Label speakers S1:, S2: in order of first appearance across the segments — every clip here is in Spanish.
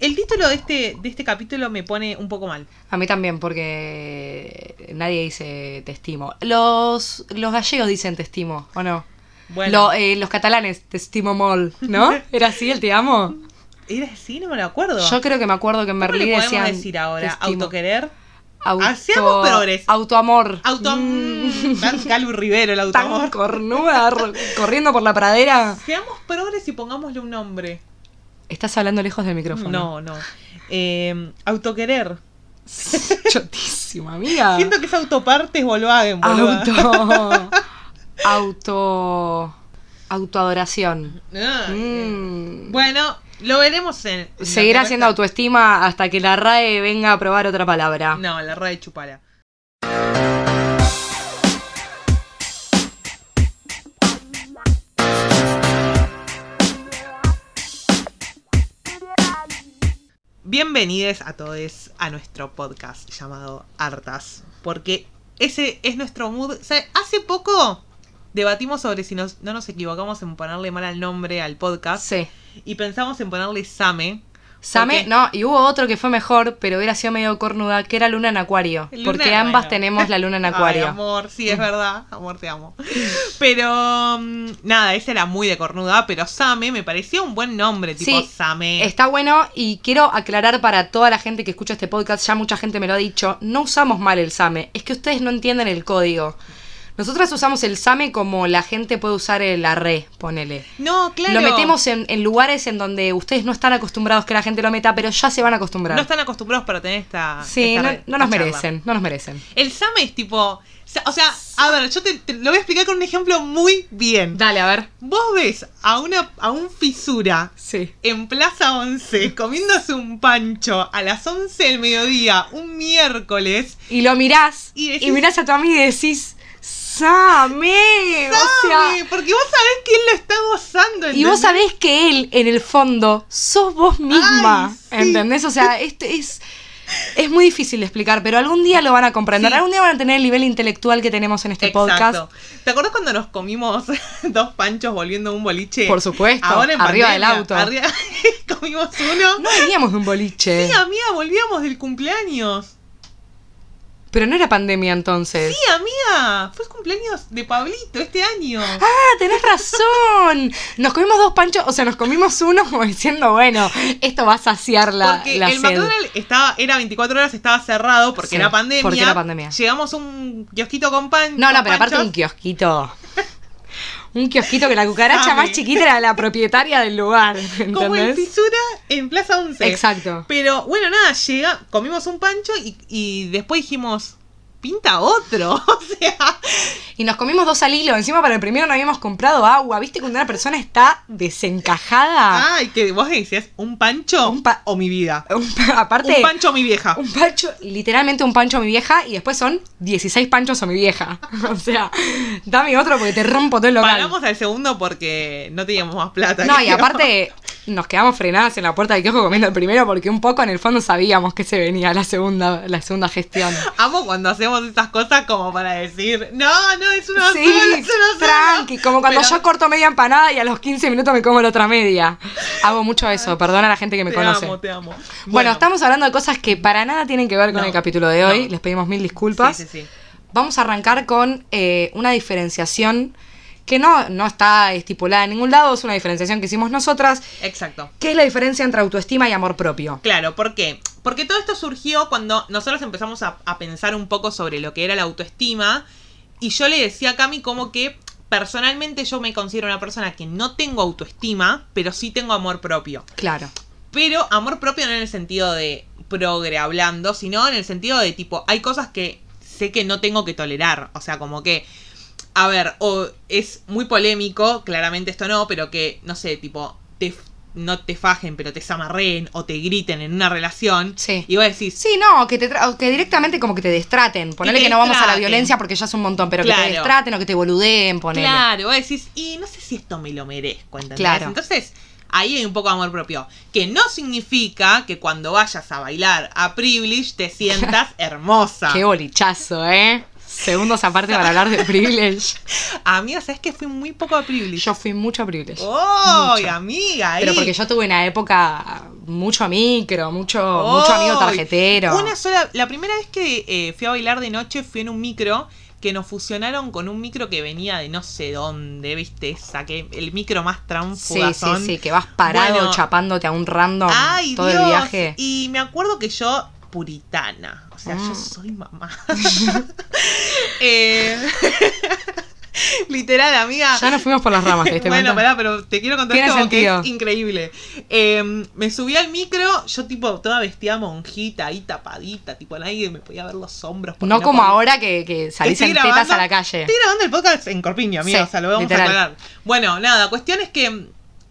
S1: El título de este, de este capítulo me pone un poco mal.
S2: A mí también, porque nadie dice te estimo. Los, los gallegos dicen te estimo, ¿o no?
S1: Bueno.
S2: Lo- eh, los catalanes, te estimo mol, ¿no? ¿Era así el te amo?
S1: ¿Era así? No me lo acuerdo.
S2: Yo creo que me acuerdo que en
S1: ¿Cómo le
S2: Berlín
S1: podemos
S2: decían...
S1: decir ahora?
S2: te estimo.
S1: ¿Autoquerer?
S2: Auto-
S1: Hacíamos progres.
S2: Autoamor. Mm,
S1: Auto... Tan Calvo y Rivero el
S2: Tan
S1: autoamor.
S2: cornuda, ro- corriendo por la pradera.
S1: Seamos progres y pongámosle un nombre.
S2: Estás hablando lejos del micrófono.
S1: No, no. Eh, autoquerer.
S2: Chotísima, amiga.
S1: Siento que es autopartes Volkswagen, boluda.
S2: Ah. Auto. Auto. Autoadoración.
S1: Ah, eh.
S2: Mm.
S1: Bueno, lo veremos en... en
S2: Seguirá
S1: lo que
S2: siendo
S1: resta-
S2: autoestima hasta que la RAE venga a probar otra palabra.
S1: No, la red chupala. Bienvenidos a todos a nuestro podcast llamado Hartas, porque ese es nuestro mood. O sea, hace poco debatimos sobre si nos- no nos equivocamos en ponerle mal al nombre al podcast
S2: Sí.
S1: y pensamos en ponerle Same.
S2: Same,
S1: qué?
S2: no, y hubo otro que fue mejor, pero hubiera sido medio cornuda, que era Luna en Acuario.
S1: Luna,
S2: porque ambas
S1: bueno.
S2: tenemos la Luna en
S1: Ay,
S2: Acuario.
S1: amor, sí, es verdad. Amor, te amo. Pero mm, nada, esa era muy de cornuda, pero Same me parecía un buen nombre, tipo
S2: Sí,
S1: Same.
S2: Está bueno y quiero aclarar para toda la gente que escucha este podcast, ya mucha gente me lo ha dicho, no usamos mal el SAME, es que ustedes no entienden el código. Nosotras usamos el SAME como la gente puede usar el arre, ponele.
S1: No, claro.
S2: Lo metemos en, en lugares en donde ustedes no están acostumbrados que la gente lo meta, pero ya se van a acostumbrar.
S1: No están acostumbrados para tener esta.
S2: sí,
S1: Ah, esta
S2: no,
S1: re-
S2: no nos
S1: esta charla.
S2: merecen, no nos merecen.
S1: El Same es tipo. sa- O sea, a ver, yo te, te lo voy a explicar con un ejemplo muy bien.
S2: Dale, a ver.
S1: Vos ves a una a un fisura
S2: Sí.
S1: en Plaza 11 comiéndose un pancho a las 11 del mediodía, un miércoles,
S2: Y lo mirás,
S1: Y
S2: y,
S1: decís-
S2: mirás a tu amiga y decís, ¡Same! O sea,
S1: Sabe, porque vos sabés quién lo está gozando.
S2: Y vos
S1: ¿entendés?
S2: sabés que él, en el fondo, sos vos misma.
S1: Ay, sí.
S2: ¿Entendés? O sea, este es. Es muy difícil de explicar, pero algún día lo van a comprender.
S1: Sí.
S2: Algún día van a tener el nivel intelectual que tenemos en este podcast.
S1: ¿Te acuerdas cuando nos comimos dos panchos volviendo a un boliche?
S2: Por supuesto.
S1: Ahora en
S2: arriba
S1: pandemia,
S2: del auto.
S1: arriba- comimos uno.
S2: No veníamos de un boliche.
S1: Sí, amiga, volvíamos del cumpleaños.
S2: Pero no era pandemia entonces.
S1: Sí, amiga, fue el cumpleaños de Pablito este año.
S2: Ah, tenés razón. Nos comimos dos panchos, o sea, nos comimos uno como diciendo, bueno, esto va a saciar la,
S1: porque
S2: la
S1: el
S2: sed.
S1: McDonald's estaba, era 24 horas, estaba cerrado porque
S2: Sí,
S1: era pandemia.
S2: porque era pandemia.
S1: Llegamos a un kiosquito con pan.
S2: No, no,
S1: con
S2: pero aparte
S1: panchos.
S2: un kiosquito. Un kiosquito que la cucaracha
S1: Sabe.
S2: más chiquita era la propietaria del lugar. ¿Entendés?
S1: Como el fisura en Plaza 11.
S2: Exacto.
S1: Pero bueno, nada, llega, comimos un pancho y, y después dijimos, pinta otro. O sea,
S2: Y nos comimos dos al hilo. Encima para el primero no habíamos comprado agua. ¿Viste cuando una persona está desencajada?
S1: ay, que vos decías, un pancho
S2: Ah. Un pa-
S1: o mi vida.
S2: Un pa- aparte,
S1: Ah. Un pancho o mi vieja.
S2: un pancho, literalmente un pancho a mi vieja. Y después son 16 panchos a mi vieja. O sea, dame otro porque te rompo todo el local.
S1: Paramos al segundo porque no teníamos más plata.
S2: No, y
S1: creo.
S2: aparte nos quedamos frenadas en la puerta del kiosco comiendo el primero porque un poco en el fondo sabíamos que se venía la segunda, la segunda gestión.
S1: Amo cuando hacemos estas cosas como para decir, no, no, es una
S2: sí,
S1: sola, es una sola".
S2: tranqui, como cuando
S1: Pero
S2: yo corto media empanada y a los 15 minutos me como la otra media. Hago mucho eso, perdona a la gente que me
S1: te
S2: conoce.
S1: amo, te amo.
S2: Bueno, estamos hablando de cosas que para nada tienen que ver con
S1: No,
S2: el capítulo de hoy,
S1: no.
S2: les pedimos mil disculpas.
S1: Sí, sí, sí.
S2: Vamos a arrancar con eh, una diferenciación que no, no está estipulada en ningún lado, es una diferenciación que hicimos nosotras,
S1: Exacto.
S2: que es la diferencia entre autoestima y amor propio.
S1: Claro, ¿por qué? Porque todo esto surgió cuando nosotros empezamos a, a pensar un poco sobre lo que era la autoestima. Y yo le decía a Cami como que personalmente yo me considero una persona que no tengo autoestima, pero sí tengo amor propio.
S2: Claro.
S1: Pero amor propio no en el sentido de progre hablando, sino en el sentido de tipo, hay cosas que sé que no tengo que tolerar. O sea, como que, a ver, o es muy polémico, claramente esto no, pero que, no sé, tipo, te, no te fajen, pero te zamarreen o te griten en una relación.
S2: Sí.
S1: Y vos decís,
S2: Sí, no, que, te tra- o que directamente como que te destraten. Ponele
S1: te
S2: que, no vamos a la
S1: destraten.
S2: violencia porque ya es un montón, pero que
S1: Claro.
S2: te destraten o que te boludeen, ponele.
S1: Claro, vos decís, y no sé si esto me lo merezco, ¿entendés?
S2: Claro.
S1: Entonces, ahí hay un poco de amor propio. Que no significa que cuando vayas a bailar a Privilege te sientas hermosa.
S2: Qué bolichazo, ¿eh? segundos aparte para hablar de privilege.
S1: Amiga, ¿sabes que fui muy poco a privilege?
S2: Yo fui mucho privilege.
S1: ¡Ay, amiga! ahí.
S2: Pero porque yo tuve una época mucho micro, mucho, mucho amigo
S1: ¡Ay!
S2: tarjetero.
S1: Una sola, la primera vez que eh, fui a bailar de noche fui en un micro que nos fusionaron con un micro que venía de no sé dónde, viste, saqué el micro más
S2: Sí,
S1: transfugazón.
S2: sí, sí, que vas parado
S1: Bueno.
S2: chapándote a un random
S1: Ay,
S2: todo
S1: Dios.
S2: el viaje.
S1: Y me acuerdo que yo, puritana. O sea,
S2: Mm.
S1: yo soy mamá. Eh, literal, amiga.
S2: Ya nos fuimos por las ramas, ¿te diste
S1: Bueno,
S2: cuenta?
S1: pará, pero te quiero contar
S2: este Tiene
S1: esto porque
S2: sentido.
S1: es increíble. Eh, me subí al micro, yo tipo toda vestida monjita, ahí tapadita, tipo nadie me podía ver los hombros. porque
S2: No como
S1: podía-
S2: ahora que, que salís
S1: Estoy
S2: en tetas
S1: grabando-
S2: a la calle.
S1: Estoy grabando el podcast en Corpiño, amigo,
S2: Sí,
S1: o sea, lo vamos
S2: literal.
S1: a aclarar. Bueno, nada, cuestión es que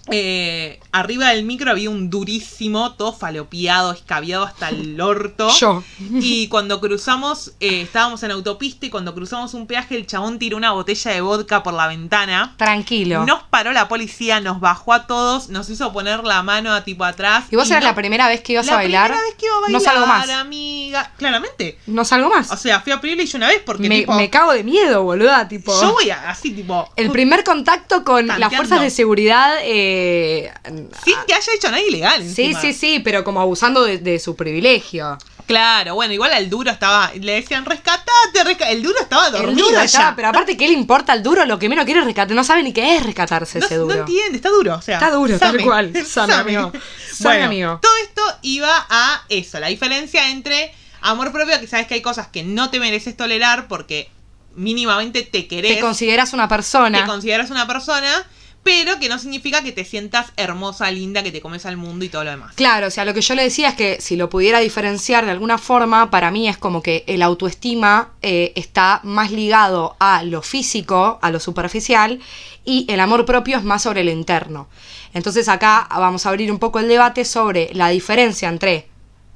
S1: eh, arriba del micro había un durísimo, todo falopiado, escabiado hasta el orto.
S2: Yo.
S1: Y cuando cruzamos, eh, estábamos en autopista y cuando cruzamos un peaje, el chabón tiró una botella de vodka por la ventana.
S2: Tranquilo.
S1: Nos paró la policía, nos bajó a todos, nos hizo poner la mano a tipo atrás.
S2: y vos eras
S1: no-
S2: la primera vez que ibas
S1: la
S2: a bailar.
S1: primera vez que iba a bailar,
S2: No salgo más.
S1: amiga. Claramente.
S2: No salgo más.
S1: O sea, fui a Privilege una vez porque
S2: me,
S1: tipo,
S2: me cago de miedo, boluda. Tipo.
S1: yo voy a- así tipo
S2: El primer contacto con las
S1: Tanteando.
S2: fuerzas de seguridad. eh,
S1: sin que haya hecho nada ilegal.
S2: sí, sí, sí, pero como abusando de, de su privilegio.
S1: Claro, bueno, igual al duro estaba le decían rescatate, resca-". el duro estaba dormido
S2: El duro
S1: ya.
S2: estaba, pero aparte, ¿qué le importa al duro? Lo que menos quiere es rescatar. No sabe ni qué es rescatarse
S1: no,
S2: ese
S1: no
S2: duro.
S1: entiende, está duro, o sea.
S2: Está duro, tal
S1: same.
S2: cual. Same,
S1: Same.
S2: amigo. Same,
S1: bueno,
S2: amigo.
S1: Todo esto iba a eso, la diferencia entre amor propio, que sabes que hay cosas que no te mereces tolerar porque mínimamente te querés,
S2: Te consideras una persona.
S1: te consideras una persona, pero que no significa que te sientas hermosa, linda, que te comes al mundo y todo lo demás.
S2: Claro, o sea, lo que yo le decía es que si lo pudiera diferenciar de alguna forma, para mí es como que el autoestima eh, está más ligado a lo físico, a lo superficial, y el amor propio es más sobre lo interno. Entonces acá vamos a abrir un poco el debate sobre la diferencia entre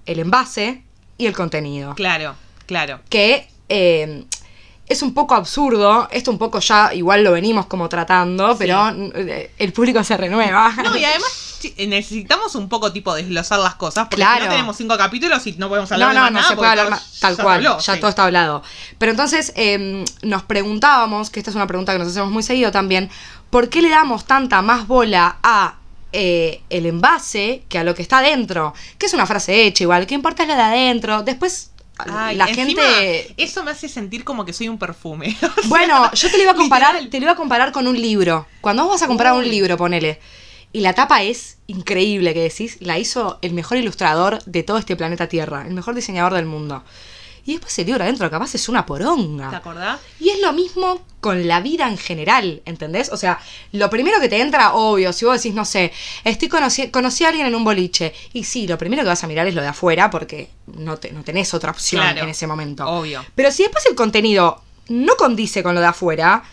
S2: el envase y el contenido
S1: Claro, claro.
S2: que eh, es un poco absurdo, esto un poco ya igual lo venimos como tratando, pero eh, el público se renueva.
S1: No, y además chi- necesitamos un poco tipo desglosar las cosas, porque
S2: Claro.
S1: si no tenemos cinco capítulos y no podemos hablar
S2: No,
S1: de
S2: no,
S1: más
S2: no
S1: nada,
S2: se
S1: porque
S2: puede hablar
S1: todo
S2: más. Tal
S1: se
S2: cual,
S1: habló,
S2: ya
S1: sí.
S2: todo está hablado. Pero entonces eh, nos preguntábamos, que esta es una pregunta que nos hacemos muy seguido también, ¿por qué le damos tanta más bola a eh, el envase que a lo que está adentro? Que es una frase hecha igual, ¿qué importa es lo de adentro? Después
S1: Ay,
S2: la
S1: encima,
S2: gente...
S1: Eso me hace sentir como que soy un perfume.
S2: Bueno, yo te lo iba a comparar,
S1: Literal.
S2: te lo iba a comparar con un libro. Cuando vos vas a comprar un
S1: Uy.
S2: libro, ponele, y la tapa es increíble, que decís, la hizo el mejor ilustrador de todo este planeta Tierra, el mejor diseñador del mundo. Y después el libro adentro capaz es una
S1: ¿Te
S2: poronga.
S1: acordás?
S2: Y es lo mismo con la vida en general, ¿entendés? O sea, lo primero que te entra, obvio, si vos decís, no sé, estoy conoci conocí a alguien en un boliche. Y sí, lo primero que vas a mirar es lo de afuera, porque no, te- no tenés otra opción
S1: Claro.
S2: en ese momento.
S1: Obvio.
S2: Pero si después el contenido no condice con lo de afuera,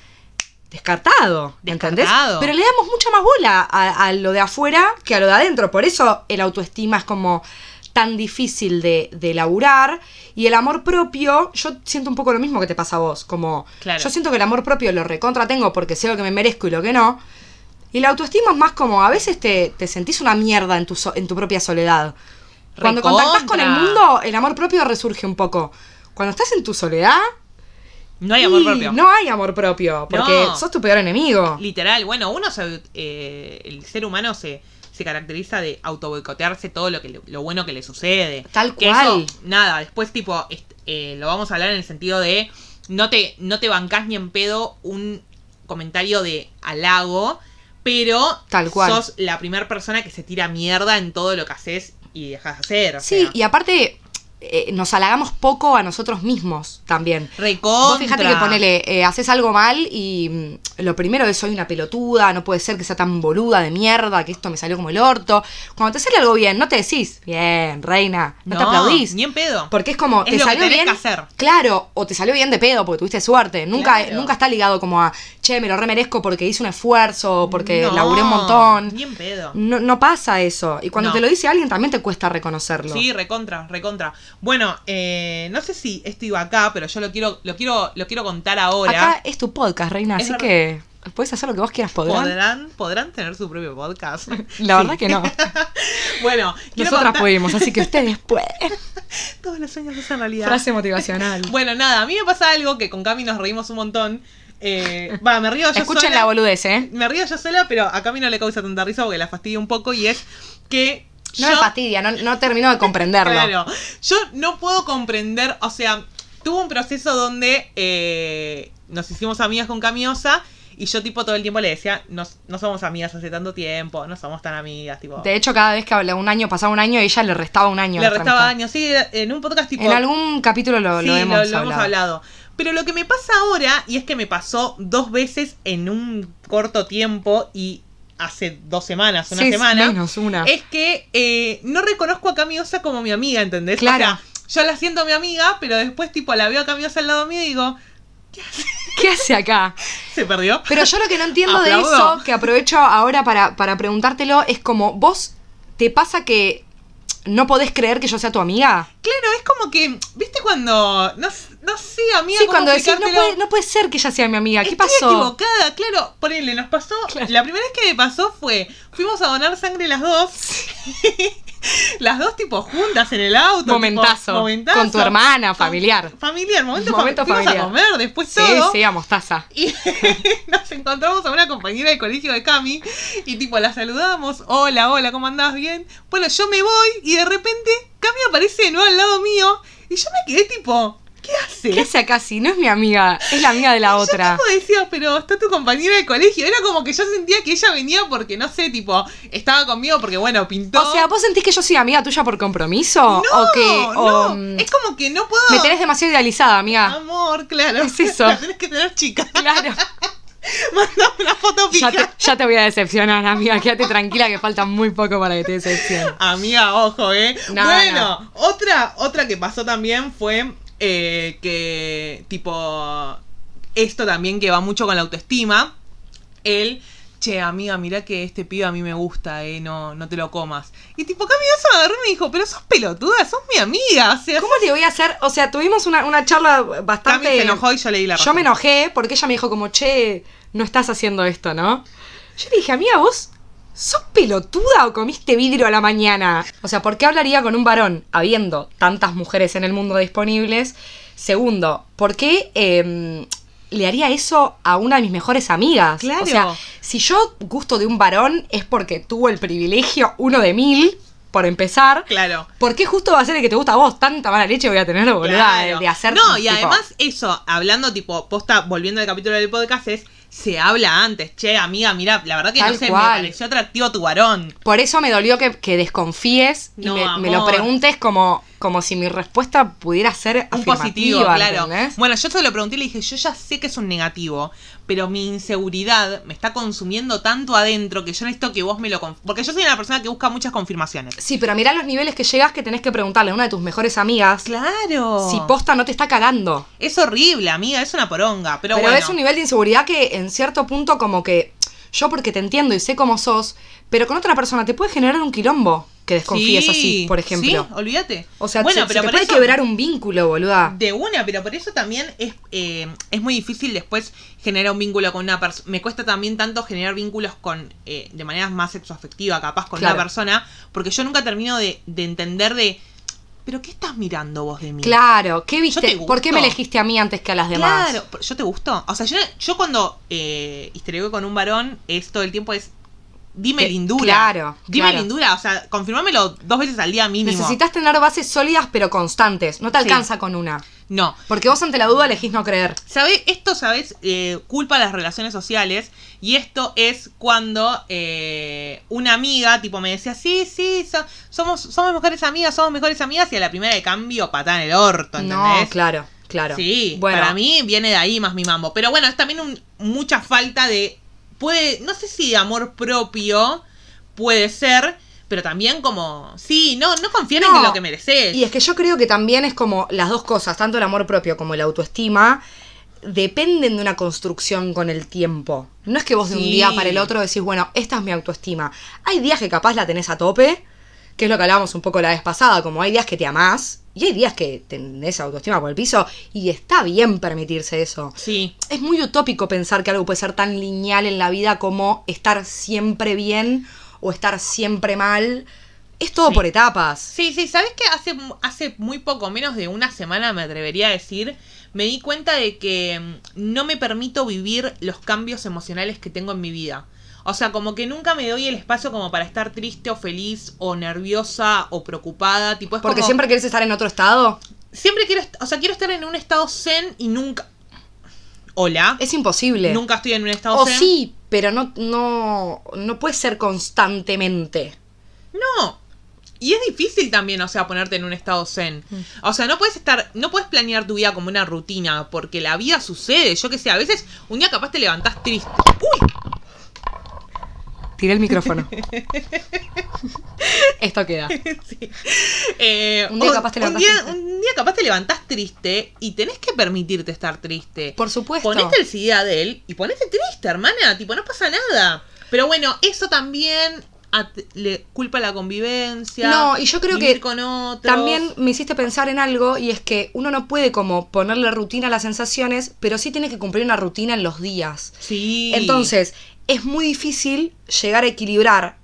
S2: descartado, ¿entendés?
S1: Descartado.
S2: Pero le damos mucha más bola a, a lo de afuera que a lo de adentro. Por eso el autoestima es como tan difícil de, de laburar. Y el amor propio, yo siento un poco lo mismo que te pasa a vos. Como
S1: Claro.
S2: yo siento que el amor propio lo recontra tengo porque sé lo que me merezco y lo que no. Y la autoestima es más como a veces te, te sentís una mierda en tu, so- en tu propia soledad. Cuando
S1: Recontra.
S2: contactás con el mundo, el amor propio resurge un poco. Cuando estás en tu soledad,
S1: No hay amor
S2: y
S1: propio.
S2: no hay amor propio, porque
S1: No.
S2: sos tu peor enemigo.
S1: Literal, bueno, uno se, eh, el ser humano se, se caracteriza de autoboicotearse todo lo que le- lo bueno que le sucede.
S2: Tal
S1: Que eso,
S2: cual.
S1: nada, después tipo est- eh, lo vamos a hablar en el sentido de no te no te bancás ni en pedo un comentario de halago, pero
S2: Tal cual.
S1: sos la primera persona que se tira mierda en todo lo que haces y dejas de hacer. o
S2: Sí,
S1: sea.
S2: y aparte eh, nos halagamos poco a nosotros mismos también.
S1: Recontra.
S2: Vos fijate que ponele, eh, haces algo mal y mm, lo primero es soy una pelotuda, no puede ser que sea tan boluda de mierda, que esto me salió como el orto. Cuando te sale algo bien, no te decís, bien, reina, no, te aplaudís.
S1: Ni en pedo.
S2: Porque es como,
S1: Es
S2: te
S1: lo que
S2: salió
S1: tenés
S2: bien.
S1: que hacer.
S2: Claro, o te salió bien de pedo porque tuviste suerte. Nunca, eh,
S1: Claro.
S2: nunca está ligado como a, che, me lo remerezco porque hice un esfuerzo, o porque
S1: No,
S2: laburé un montón.
S1: Ni en pedo.
S2: No, no pasa eso. Y cuando
S1: No.
S2: te lo dice alguien también te cuesta reconocerlo.
S1: Sí, recontra, recontra. Bueno, eh, no sé si esto iba acá, pero yo lo quiero, lo quiero, lo quiero contar ahora.
S2: Acá es tu podcast, Reina,
S1: Es
S2: así
S1: verdad.
S2: que Puedes hacer lo que vos quieras, podrán.
S1: ¿Podrán, podrán tener su propio podcast.
S2: La verdad que no.
S1: Bueno, quiero
S2: Nosotras
S1: contar-
S2: pudimos, así que ustedes pueden.
S1: todos los sueños se hacen realidad.
S2: Frase motivacional.
S1: Bueno, nada, a mí me pasa algo que con Cami nos reímos un montón. Eh, Va, me río yo
S2: Escuchen
S1: sola.
S2: la boludez, ¿eh?
S1: me río yo sola, pero a Cami no le causa tanta risa porque la fastidia un poco y es que
S2: No
S1: yo,
S2: me fastidia, no, no termino de comprenderlo.
S1: Claro, yo no puedo comprender, o sea, tuve un proceso donde eh, nos hicimos amigas con Camiosa y yo tipo todo el tiempo le decía, no, no somos amigas hace tanto tiempo, no somos tan amigas, tipo...
S2: De hecho, cada vez que hablaba un año, pasaba un año, ella le restaba un año. a
S1: le
S2: nuestra
S1: restaba
S2: amistad.
S1: años, sí, en un podcast tipo...
S2: En algún capítulo lo,
S1: sí,
S2: lo
S1: lo-
S2: hemos hablado.
S1: Pero lo que me pasa ahora, y es que me pasó dos veces en un corto tiempo y hace dos semanas, una
S2: Sí,
S1: semana...
S2: menos una.
S1: es que eh, no reconozco a Camiosa como mi amiga, ¿entendés?
S2: Claro.
S1: O sea, yo la siento mi amiga, pero después tipo la veo a Camiosa al lado mío y digo,
S2: ¿Qué hace acá?
S1: se perdió.
S2: Pero yo lo que no entiendo de
S1: Aplaudo.
S2: eso, que aprovecho ahora para, para preguntártelo, es como, ¿vos te pasa que no podés creer que yo sea tu amiga?
S1: Claro, es como que, ¿viste cuando no, s- no sé, amiga,
S2: sí,
S1: cómo
S2: cuando decís, no
S1: explicártelo?
S2: puede, no puede ser que ella sea mi amiga, ¿qué
S1: Estoy
S2: pasó?
S1: equivocada, claro. Ponele, nos pasó.
S2: Claro.
S1: La primera vez que me pasó fue. Fuimos a donar sangre las dos. las dos, tipo, juntas en el auto. tipo,
S2: Momentazo.
S1: momentazo.
S2: Con tu hermana,
S1: Con-
S2: familiar.
S1: Familiar, momento,
S2: Momento
S1: familiar.
S2: familiar.
S1: Fuimos a comer, después
S2: Sí,
S1: todo.
S2: sí, a mostaza.
S1: Y nos encontramos a una compañera del colegio de Cami y tipo la saludamos, hola, hola, ¿cómo andás? Bien. Bueno, yo me voy y de repente Cami aparece de nuevo al lado mío y yo me quedé tipo, ¿qué hace?
S2: ¿Qué hace acá si no es mi amiga, es la amiga de la
S1: Yo
S2: otra?
S1: tipo decía, pero está tu compañera de colegio. Era como que yo sentía que ella venía porque, no sé, tipo, estaba conmigo porque, bueno, pintó.
S2: O sea, ¿vos sentís que yo soy amiga tuya por compromiso?
S1: no,
S2: ¿O que o,
S1: no.
S2: mm,
S1: es como que no puedo.
S2: me tenés demasiado idealizada, amiga?
S1: Amor, claro.
S2: Es eso.
S1: La tenés que tener chica.
S2: Claro.
S1: Mandame una foto fija.
S2: Ya te, ya te voy a decepcionar, amiga. Quédate tranquila que falta muy poco para que te decepcione.
S1: Amiga, ojo, ¿eh?
S2: No,
S1: bueno, Otra, otra que pasó también fue eh, que, tipo, esto también que va mucho con la autoestima, el, che, amiga, mirá que este pibe a mí me gusta, ¿eh? No, no te lo comas. Y tipo, Cami eso me agarró y me dijo, pero sos pelotuda, sos mi amiga. O sea,
S2: ¿Cómo te voy a hacer? O sea, tuvimos una, una charla
S1: Cami
S2: bastante.
S1: se enojó y yo le di la razón.
S2: Yo me enojé porque ella me dijo como, che, no estás haciendo esto, ¿no? Yo le dije, amiga, vos sos pelotuda o comiste vidrio a la mañana. O sea, ¿por qué hablaría con un varón habiendo tantas mujeres en el mundo disponibles? Segundo, ¿por qué em, le haría eso a una de mis mejores amigas?
S1: Claro.
S2: O sea, si yo gusto de un varón es porque tuvo el privilegio uno de mil, por empezar.
S1: Claro.
S2: ¿Por qué justo va a ser el que te gusta a vos? Tanta mala leche voy a tener, boluda,
S1: Claro.
S2: de, de hacer.
S1: No, y
S2: tipo,
S1: además, eso, hablando tipo, posta, volviendo al capítulo del podcast, es. Se habla antes, che, amiga, mira, la verdad que
S2: Tal
S1: no sé,
S2: cual.
S1: me pareció atractivo tu varón.
S2: Por eso me dolió que, que desconfíes y
S1: No,
S2: me, me lo
S1: amor.
S2: preguntes como, como si mi respuesta pudiera ser
S1: Un
S2: afirmativa,
S1: positivo, claro.
S2: ¿entendés?
S1: Bueno, yo se lo pregunté y le dije, yo ya sé que es un negativo, pero mi inseguridad me está consumiendo tanto adentro que yo necesito que vos me lo... conf- Porque yo soy una persona que busca muchas confirmaciones.
S2: Sí, pero mirá los niveles que llegas que tenés que preguntarle a una de tus mejores amigas
S1: Claro.
S2: si posta no te está cagando.
S1: es horrible, amiga, es una poronga, pero,
S2: Pero
S1: bueno.
S2: es un nivel de inseguridad que en cierto punto como que yo porque te entiendo y sé cómo sos, pero con otra persona te puede generar un quilombo que desconfíes
S1: Sí,
S2: así, por ejemplo.
S1: Sí, olvídate.
S2: O sea,
S1: bueno,
S2: se- se
S1: pero
S2: te
S1: por
S2: puede
S1: eso-
S2: quebrar un vínculo, boluda.
S1: De una, pero por eso también es, eh, es muy difícil después generar un vínculo con una persona. Me cuesta también tanto generar vínculos con eh, de manera más sexoafectiva, capaz, con
S2: Claro.
S1: una persona, porque yo nunca termino de, de entender de, pero ¿qué estás mirando vos de mí?
S2: Claro, ¿qué
S1: te
S2: viste? ¿Por qué
S1: gusto.
S2: me elegiste a mí antes que a las demás?
S1: Claro, pero yo te gusto. O sea, yo, yo cuando eh, histereo con un varón, es todo el tiempo es, dime
S2: Que-
S1: lindura.
S2: claro,
S1: Dime
S2: claro.
S1: lindura, o sea, confirmámelo dos veces al día mínimo.
S2: Necesitas tener bases sólidas pero constantes. No te
S1: Sí.
S2: alcanza con una.
S1: No.
S2: Porque vos ante la duda elegís no creer.
S1: ¿Sabe? Esto, ¿sabes? Eh, culpa a las relaciones sociales. Y esto es cuando eh, una amiga, tipo, me decía, sí, sí, so- somos, somos mejores amigas, somos mejores amigas. Y a la primera de cambio, patá en el orto, ¿entendés?
S2: No, claro, claro.
S1: Sí, para mí viene de ahí más mi mambo. Pero bueno, es también un- mucha falta de. Puede, no sé si de amor propio puede ser, pero también como. Sí, no, no confían
S2: No.
S1: en lo que mereces.
S2: Y es que yo creo que también es como las dos cosas, tanto el amor propio como la autoestima, dependen de una construcción con el tiempo. No es que vos de un
S1: Sí.
S2: día para el otro decís, bueno, esta es mi autoestima. Hay días que capaz la tenés a tope, que es lo que hablábamos un poco la vez pasada, como hay días que te amás Y hay días que tenés autoestima por el piso y está bien permitirse eso.
S1: Sí.
S2: Es muy utópico pensar que algo puede ser tan lineal en la vida como estar siempre bien o estar siempre mal. Es todo
S1: Sí.
S2: por etapas.
S1: Sí, sí, ¿sabes qué? Hace, hace muy poco, menos de una semana me atrevería a decir, me di cuenta de que mm, no me permito vivir los cambios emocionales que tengo en mi vida. O sea, como que nunca me doy el espacio como para estar triste o feliz o nerviosa o preocupada. Tipo, es
S2: Porque
S1: como-
S2: siempre querés estar en otro estado.
S1: siempre quiero, est- o sea, quiero estar en un estado zen y nunca... Hola.
S2: Es imposible.
S1: Nunca estoy en un estado
S2: o
S1: zen.
S2: sí, pero no, no, no puede ser constantemente.
S1: No. Y es difícil también, o sea, ponerte en un estado zen.
S2: Mm.
S1: O sea, no puedes estar, no puedes planear tu vida como una rutina, porque la vida sucede. Yo qué sé, a veces un día capaz te levantás triste.
S2: Tiré el micrófono. Esto queda.
S1: Eh,
S2: Un día capaz te levantás
S1: un día-
S2: triste.
S1: un día capaz te levantás triste y tenés que permitirte estar triste.
S2: Por supuesto.
S1: Ponete el CD de él y ponete triste, hermana. Tipo, no pasa nada. Pero bueno, eso también at- le culpa la convivencia.
S2: No, y yo creo
S1: vivir
S2: que
S1: con otros.
S2: También me hiciste pensar en algo y es que uno no puede como ponerle rutina a las sensaciones, pero sí tiene que cumplir una rutina en los días.
S1: Sí.
S2: Entonces, es muy difícil llegar a equilibrar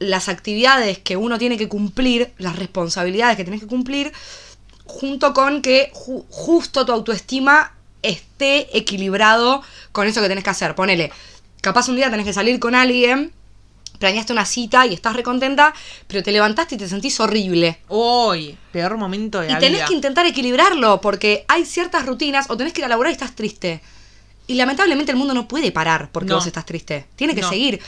S2: las actividades que uno tiene que cumplir, las responsabilidades que tenés que cumplir, junto con que ju- justo tu autoestima esté equilibrado con eso que tenés que hacer. Ponele, capaz un día tenés que salir con alguien, planeaste una cita y estás recontenta, pero te levantaste y te sentís horrible.
S1: Hoy, peor momento de
S2: Y
S1: la
S2: tenés
S1: vida.
S2: que intentar equilibrarlo, porque hay ciertas rutinas, o tenés que ir a laburar y estás triste. Y lamentablemente el mundo no puede parar porque
S1: No.
S2: vos estás triste. Tiene que
S1: No.
S2: seguir.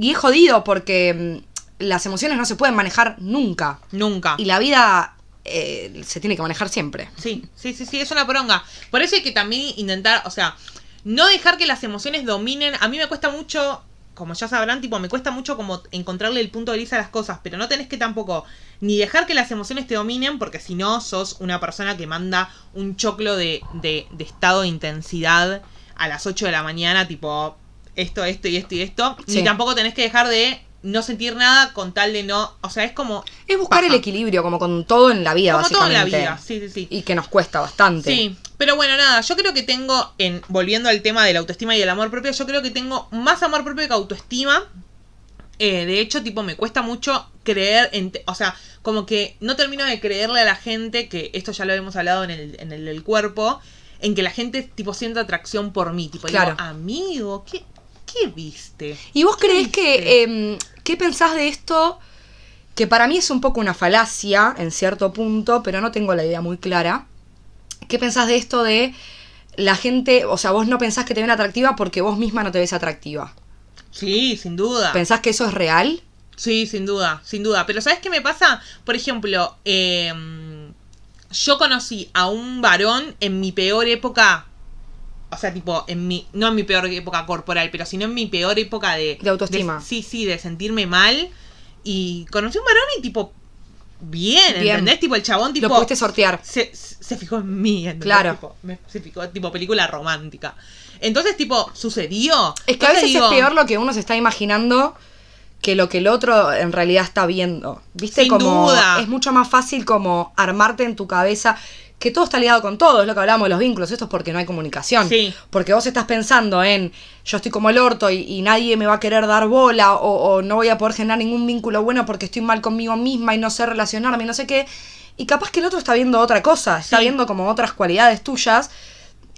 S2: Y es jodido porque mm, las emociones no se pueden manejar nunca.
S1: Nunca.
S2: Y la vida eh, se tiene que manejar siempre.
S1: Sí, sí, sí, sí, es una poronga. Por eso hay que también intentar, o sea, no dejar que las emociones dominen. A mí me cuesta mucho, como ya sabrán, tipo, me cuesta mucho como encontrarle el punto de vista a las cosas, pero no tenés que tampoco ni dejar que las emociones te dominen, porque si no, sos una persona que manda un choclo de, de, de estado de intensidad a las 8 de la mañana, tipo, esto, esto y esto y esto.
S2: Sí.
S1: Ni tampoco tenés que dejar de no sentir nada con tal de no, o sea, es como...
S2: Es buscar
S1: Baja.
S2: el equilibrio, como con todo en la vida,
S1: Como todo en la
S2: básicamente.
S1: vida, sí, sí, sí.
S2: Y que nos cuesta bastante.
S1: Sí, pero bueno, nada, yo creo que tengo, en volviendo al tema de la autoestima y el amor propio, yo creo que tengo más amor propio que autoestima. Eh, de hecho, tipo, me cuesta mucho creer, en te- o sea, como que no termino de creerle a la gente, que esto ya lo hemos hablado en el, en el, del cuerpo, en que la gente, tipo, sienta atracción por mí. Tipo, digo,
S2: Claro.
S1: amigo, ¿qué, ¿qué viste?
S2: ¿Y vos creés
S1: viste?
S2: que... em, ¿Qué pensás de esto? Que para mí es un poco una falacia en cierto punto, pero no tengo la idea muy clara. ¿Qué pensás de esto de la gente, o sea, vos no pensás que te ven atractiva porque vos misma no te ves atractiva?
S1: Sí, sin duda.
S2: ¿Pensás que eso es real?
S1: Sí, sin duda, sin duda. Pero ¿sabes qué me pasa? Por ejemplo, eh, yo conocí a un varón en mi peor época. O sea, tipo, en mi, no en mi peor época corporal, pero sino en mi peor época de...
S2: De autoestima.
S1: sí, sí, de sentirme mal. Y conocí a un varón y tipo, bien,
S2: Bien.
S1: ¿entendés? Tipo, el chabón tipo...
S2: Lo pudiste sortear.
S1: se, se fijó en mí, ¿entendés?
S2: Claro.
S1: Tipo, me- se fijó, tipo, película romántica. Entonces, tipo, sucedió.
S2: Es que a
S1: Entonces
S2: veces
S1: digo,
S2: es peor lo que uno se está imaginando que lo que el otro en realidad está viendo. ¿Viste?
S1: Sin
S2: como
S1: duda.
S2: es mucho más fácil como armarte en tu cabeza que todo está ligado con todo, es lo que hablábamos de los vínculos, esto es porque no hay comunicación.
S1: Sí.
S2: Porque vos estás pensando en yo estoy como el orto y, y nadie me va a querer dar bola o, o no voy a poder generar ningún vínculo bueno porque estoy mal conmigo misma y no sé relacionarme y no sé qué. Y capaz que el otro está viendo otra cosa, está
S1: Sí.
S2: viendo como otras cualidades tuyas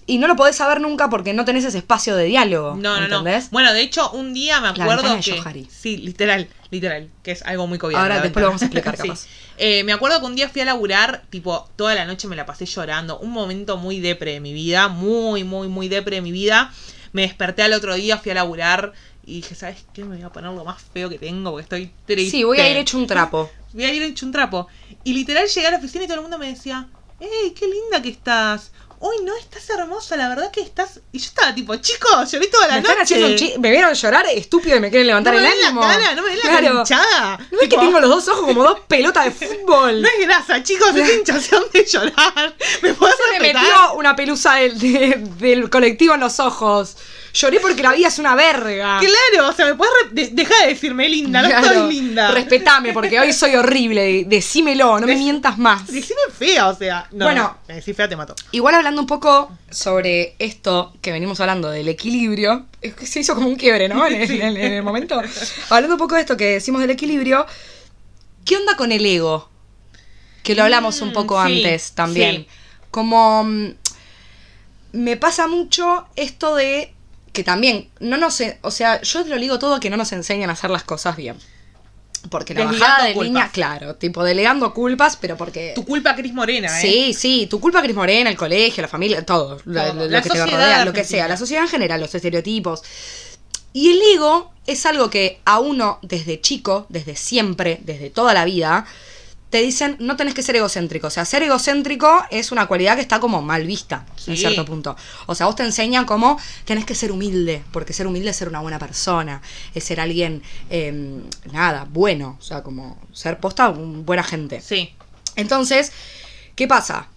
S2: y no lo podés saber nunca porque no tenés ese espacio de diálogo.
S1: No, no,
S2: ¿entendés?
S1: no. Bueno, de hecho, un día me
S2: La
S1: acuerdo
S2: ventana de
S1: que.
S2: Johari.
S1: sí, literal, literal, que es algo muy cobiado.
S2: Ahora
S1: la
S2: después lo
S1: ventana.
S2: vamos a explicar,
S1: Sí.
S2: capaz.
S1: Eh, me acuerdo que un día fui a laburar, tipo, toda la noche me la pasé llorando. Un momento muy depre de mi vida, muy, muy, muy depre de mi vida. Me desperté al otro día, fui a laburar y dije, ¿sabes qué? Me voy a poner lo más feo que tengo porque estoy triste.
S2: Sí, voy a ir hecho un trapo.
S1: Voy a ir hecho un trapo. Y literal llegué a la oficina y todo el mundo me decía, ¡Ey, qué linda que estás! Uy, no, estás hermosa, la verdad que estás. Y yo estaba tipo, chicos, lloré toda la
S2: Me
S1: noche.
S2: están haciendo un chi- Me vieron llorar estúpido y me quieren
S1: No
S2: levantar
S1: me
S2: el
S1: ven
S2: ánimo.
S1: la cara, no me ven la
S2: Claro.
S1: hinchada.
S2: ¿No ves que tengo los dos ojos como dos pelotas de fútbol?
S1: No es grasa, chicos, es hinchazón de llorar. ¿Me puedes
S2: se me
S1: respetar?
S2: metió una pelusa del, de- del colectivo en los ojos. Lloré porque la vida es una verga.
S1: Claro, o sea, me puedes de deja de decirme linda, no
S2: Claro.
S1: estoy linda.
S2: Respetame, porque hoy soy horrible. Decímelo, no me
S1: Dec-
S2: mientas más.
S1: Decime fea, o sea. No,
S2: Bueno.
S1: no, me decís fea, te mato.
S2: Igual hablando un poco sobre esto que venimos hablando del equilibrio, es que se hizo como un quiebre, ¿no? En el, en el- en el momento. Hablando un poco de esto que decimos del equilibrio, ¿qué onda con el ego? Que lo hablamos un
S1: Mm,
S2: poco
S1: sí,
S2: antes también.
S1: sí.
S2: Como mm, me pasa mucho esto de que también no nos, en- o sea, yo lo digo todo que no nos enseñan a hacer las cosas bien. Porque la
S1: Desligando
S2: bajada de
S1: culpas.
S2: línea, claro, tipo delegando culpas, pero porque
S1: Tu culpa, Cris Morena, ¿eh?
S2: Sí, sí, tu culpa Cris Morena, el colegio, la familia, todo, la-
S1: Todo.
S2: lo,
S1: La
S2: que te
S1: sociedad
S2: rodea, lo que
S1: argentina.
S2: sea, la sociedad en general, los estereotipos. Y el ego es algo que a uno desde chico, desde siempre, desde toda la vida, te dicen no tenés que ser egocéntrico. O sea, ser egocéntrico es una cualidad que está como mal vista en
S1: Sí.
S2: cierto punto. O sea, vos te enseñan cómo tenés que ser humilde, porque ser humilde es ser una buena persona, es ser alguien, eh, nada, bueno, o sea, como ser posta un buena gente.
S1: Sí.
S2: Entonces, ¿qué pasa?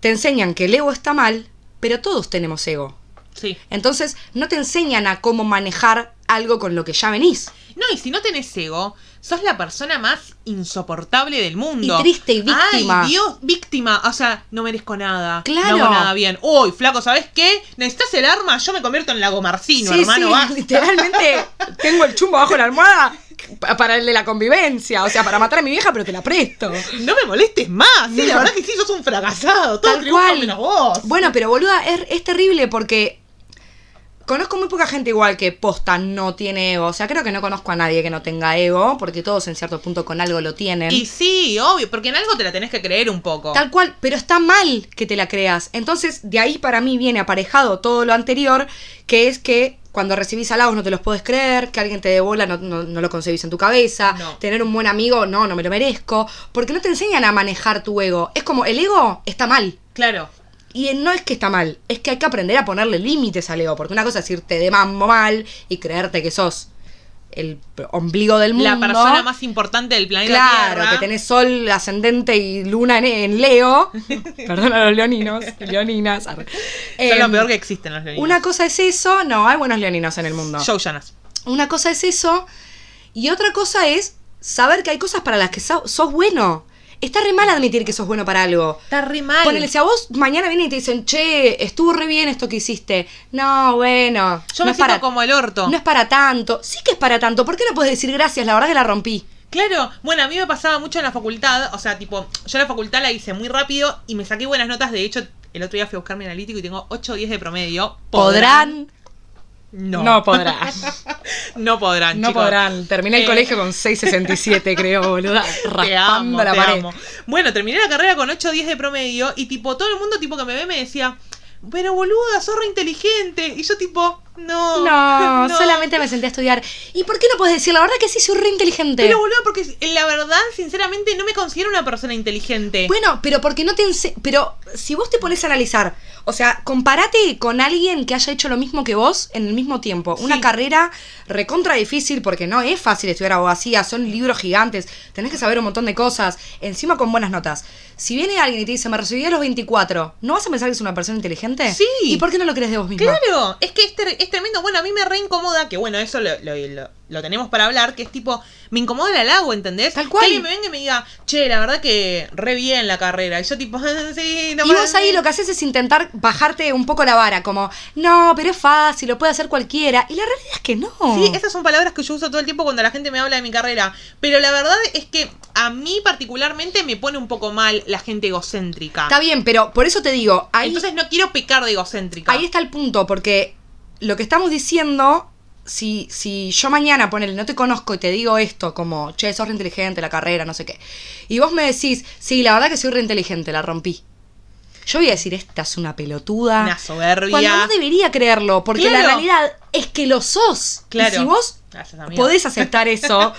S2: Te enseñan que el ego está mal, pero todos tenemos ego.
S1: Sí.
S2: Entonces, no te enseñan a cómo manejar algo con lo que ya venís.
S1: No, y si no tenés ego, sos la persona más insoportable del mundo.
S2: Y triste y víctima.
S1: Ay, Dios, víctima. O sea, no merezco nada.
S2: Claro.
S1: No hago nada bien. Uy, flaco, ¿sabes qué? ¿Necesitas el arma? Yo me convierto en lago marcino, hermano. basta.
S2: literalmente tengo el chumbo bajo la almohada pa- para el de la convivencia, o sea, para matar a mi vieja, pero te la presto.
S1: No me molestes más. Sí, la
S2: No.
S1: verdad que sí, sos un fracasado. Todo
S2: Tal
S1: triunfa
S2: cual.
S1: menos vos.
S2: Bueno, pero boluda, es, es terrible porque conozco muy poca gente igual que posta no tiene ego. O sea, creo que no conozco a nadie que no tenga ego, porque todos en cierto punto con algo lo tienen.
S1: Y sí, obvio, porque en algo te la tenés que creer un poco.
S2: Tal cual, pero está mal que te la creas. Entonces, de ahí para mí viene aparejado todo lo anterior, que es que cuando recibís halagos no te los podés creer, que alguien te dé bola no, no- no lo concebís en tu cabeza,
S1: No.
S2: tener un buen amigo, no, no me lo merezco, porque no te enseñan a manejar tu ego. Es como, el ego está mal.
S1: Claro.
S2: Y no es que está mal, es que hay que aprender a ponerle límites al ego, porque una cosa es irte de mambo mal y creerte que sos el ombligo del mundo.
S1: La persona más importante del planeta
S2: Claro,
S1: Tierra.
S2: que tenés sol ascendente y luna en, en Leo. Perdón a los leoninos, leoninas. arre.
S1: Son lo
S2: Em,
S1: peor que existen los leoninos.
S2: Una cosa es eso, no, hay buenos leoninos en el mundo.
S1: Joe Jonas.
S2: Una cosa es eso y otra cosa es saber que hay cosas para las que so- sos bueno. Está re mal admitir que sos bueno para algo.
S1: Está re mal.
S2: Ponele, si a vos mañana vienen y te dicen, che, estuvo re bien esto que hiciste. No, bueno.
S1: Yo
S2: no
S1: me
S2: es
S1: siento
S2: para,
S1: como el orto.
S2: No es para tanto. Sí que es para tanto. ¿Por qué no puedes decir gracias? La verdad que la rompí.
S1: Claro, bueno, a mí me pasaba mucho en la facultad, o sea, tipo, yo la facultad la hice muy rápido y me saqué buenas notas, de hecho, el otro día fui a buscar mi analítico y tengo 8 o 10 de promedio.
S2: ¿Podrán?
S1: No,
S2: No
S1: no,
S2: podrán.
S1: podrán,
S2: No
S1: Ah, chicos.
S2: podrán. Terminé el
S1: Eh.
S2: colegio con 6.67, creo, boluda.
S1: Te amo,
S2: Raspando la
S1: te
S2: pared.
S1: amo. Bueno, terminé la carrera con 8 o 10 de promedio y tipo, todo el mundo tipo que me ve me decía, pero boluda, sos re inteligente. Y yo tipo, no.
S2: No, solamente me senté a estudiar. ¿Y por qué no puedes decir? La verdad que sí, soy re inteligente.
S1: Pero boluda, porque la verdad, sinceramente, no me considero una persona inteligente.
S2: Bueno, pero porque no te ense- Pero si vos te pones a analizar, o sea, comparate con alguien que haya hecho lo mismo que vos en el mismo tiempo. Una
S1: Sí.
S2: carrera recontra difícil porque no es fácil estudiar abogacía, son libros gigantes, tenés que saber un montón de cosas, encima con buenas notas. Si viene alguien y te dice, me recibí a los 24, ¿no vas a pensar que es una persona inteligente?
S1: Sí.
S2: ¿Y por qué no lo crees de vos misma?
S1: Claro, es que es, ter- es tremendo. Bueno, a mí me re incomoda, que bueno, eso lo, lo- lo- lo tenemos para hablar, que es tipo, me incomoda el halago, ¿entendés?
S2: Tal cual.
S1: Que alguien me venga y me diga, che, la verdad que re bien la carrera. Y yo tipo, sí, no
S2: Y vos ahí lo que haces es intentar bajarte un poco la vara, como, no, pero es fácil, lo puede hacer cualquiera. Y la realidad es que no.
S1: Sí, esas son palabras que yo uso todo el tiempo cuando la gente me habla de mi carrera. Pero la verdad es que a mí particularmente me pone un poco mal la gente egocéntrica.
S2: Está bien, pero por eso te digo, ahí,
S1: Entonces no quiero pecar de egocéntrica.
S2: ahí está el punto, porque lo que estamos diciendo, si, si yo mañana, ponele, no te conozco y te digo esto, como, che, sos reinteligente, la carrera, no sé qué, y vos me decís, sí, la verdad que soy reinteligente, la rompí. Yo voy a decir, esta es una pelotuda.
S1: Una soberbia.
S2: Cuando no debería creerlo, porque la
S1: Claro.
S2: realidad es que lo sos. Y
S1: Claro.
S2: si vos
S1: Gracias, amiga.
S2: podés aceptar eso,